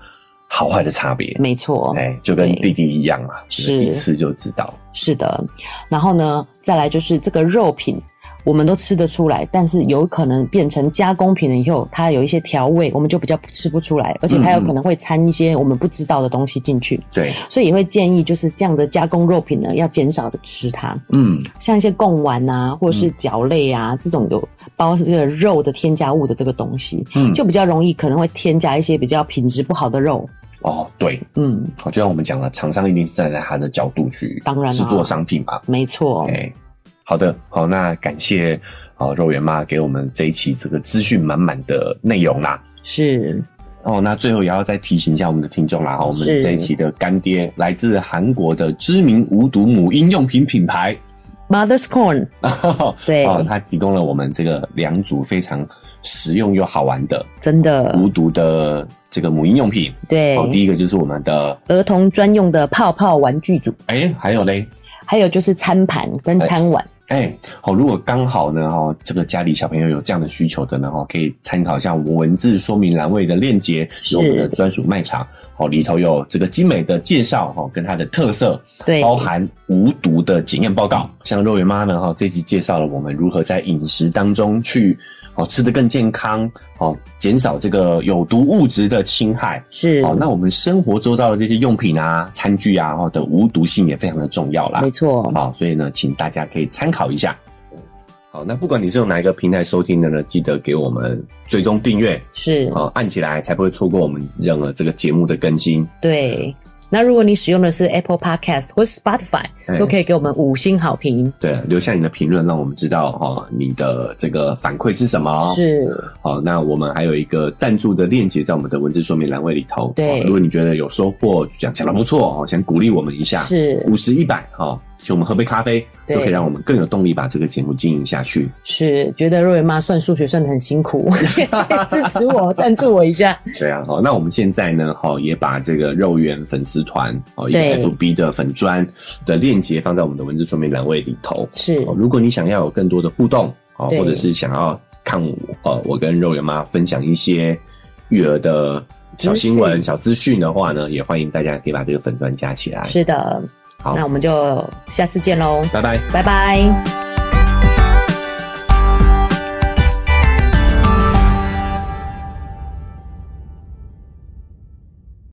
好坏的差别。没错，哎，就跟弟弟一样嘛，就是是一吃就知道。是的。然后呢，再来就是这个肉品，我们都吃得出来，但是有可能变成加工品了以后，它有一些调味，我们就比较吃不出来，而且它有嗯嗯可能会掺一些我们不知道的东西进去。对，所以也会建议，就是这样的加工肉品呢，要减少的吃它，嗯，像一些贡丸啊，或者是饺类啊、这种有包这个肉的添加物的这个东西，嗯就比较容易可能会添加一些比较品质不好的肉。哦，对，嗯，哦就像我们讲了，厂商一定是站在他的角度去当然啦制作商品嘛。没错，哎，好的，好，那感谢哦肉圆妈给我们这一期这个资讯满满的内容啦。是哦，那最后也要再提醒一下我们的听众啦，哦我们是这一期的干爹来自韩国的知名无毒母婴用品品牌。 Mother's Corn，对哦，它提供了我们这个两组非常实用又好玩的真的无毒的这个母婴用品。嗯对哦，第一个就是我们的，儿童专用的泡泡玩具组，哎、还有嘞，还有就是餐盘跟餐碗，哎、哦，如果刚好呢，哦，这个家里小朋友有这样的需求的呢，哦，可以参考一下我们文字说明栏位的链接，有我们的专属卖场，哦，里头有这个精美的介绍，哦，跟它的特色，对，包含无毒的检验报告。像肉圆妈呢，哈，这集介绍了我们如何在饮食当中去哦吃得更健康，哦减少这个有毒物质的侵害。是、哦，那我们生活周遭的这些用品啊、餐具啊，哦的无毒性也非常的重要啦没。错，好、所以呢，请大家可以参考一下。好，那不管你是用哪一个平台收听的呢，记得给我们追踪订阅是啊，按起来才不会错过我们任何这个节目的更新。对。那如果你使用的是 Apple Podcast 或 Spotify，哎都可以给我们五星好评。对，留下你的评论，让我们知道哦，你的这个反馈是什么。，是，好，那我们还有一个赞助的链接在我们的文字说明栏位里头。对哦如果你觉得有收获，讲讲的不错哦，想鼓励我们一下，是五十一百哈，请我们喝杯咖啡，对都可以让我们更有动力把这个节目经营下去。是，觉得瑞文妈算数学算的很辛 苦，支持我，赞助我一下。对啊，好，那我们现在呢，哈，也把这个肉圆粉丝团哦，一个对 FB 的粉砖的链接放在我们的文字说明栏位里头。是哦，如果你想要有更多的互动。哦，对或者是想要看我呃我跟肉圆妈分享一些育儿的小新资闻、讯小资讯的话呢，也欢迎大家可以把这个粉砖加起来。是的，好那我们就下次见喽，拜拜。拜拜。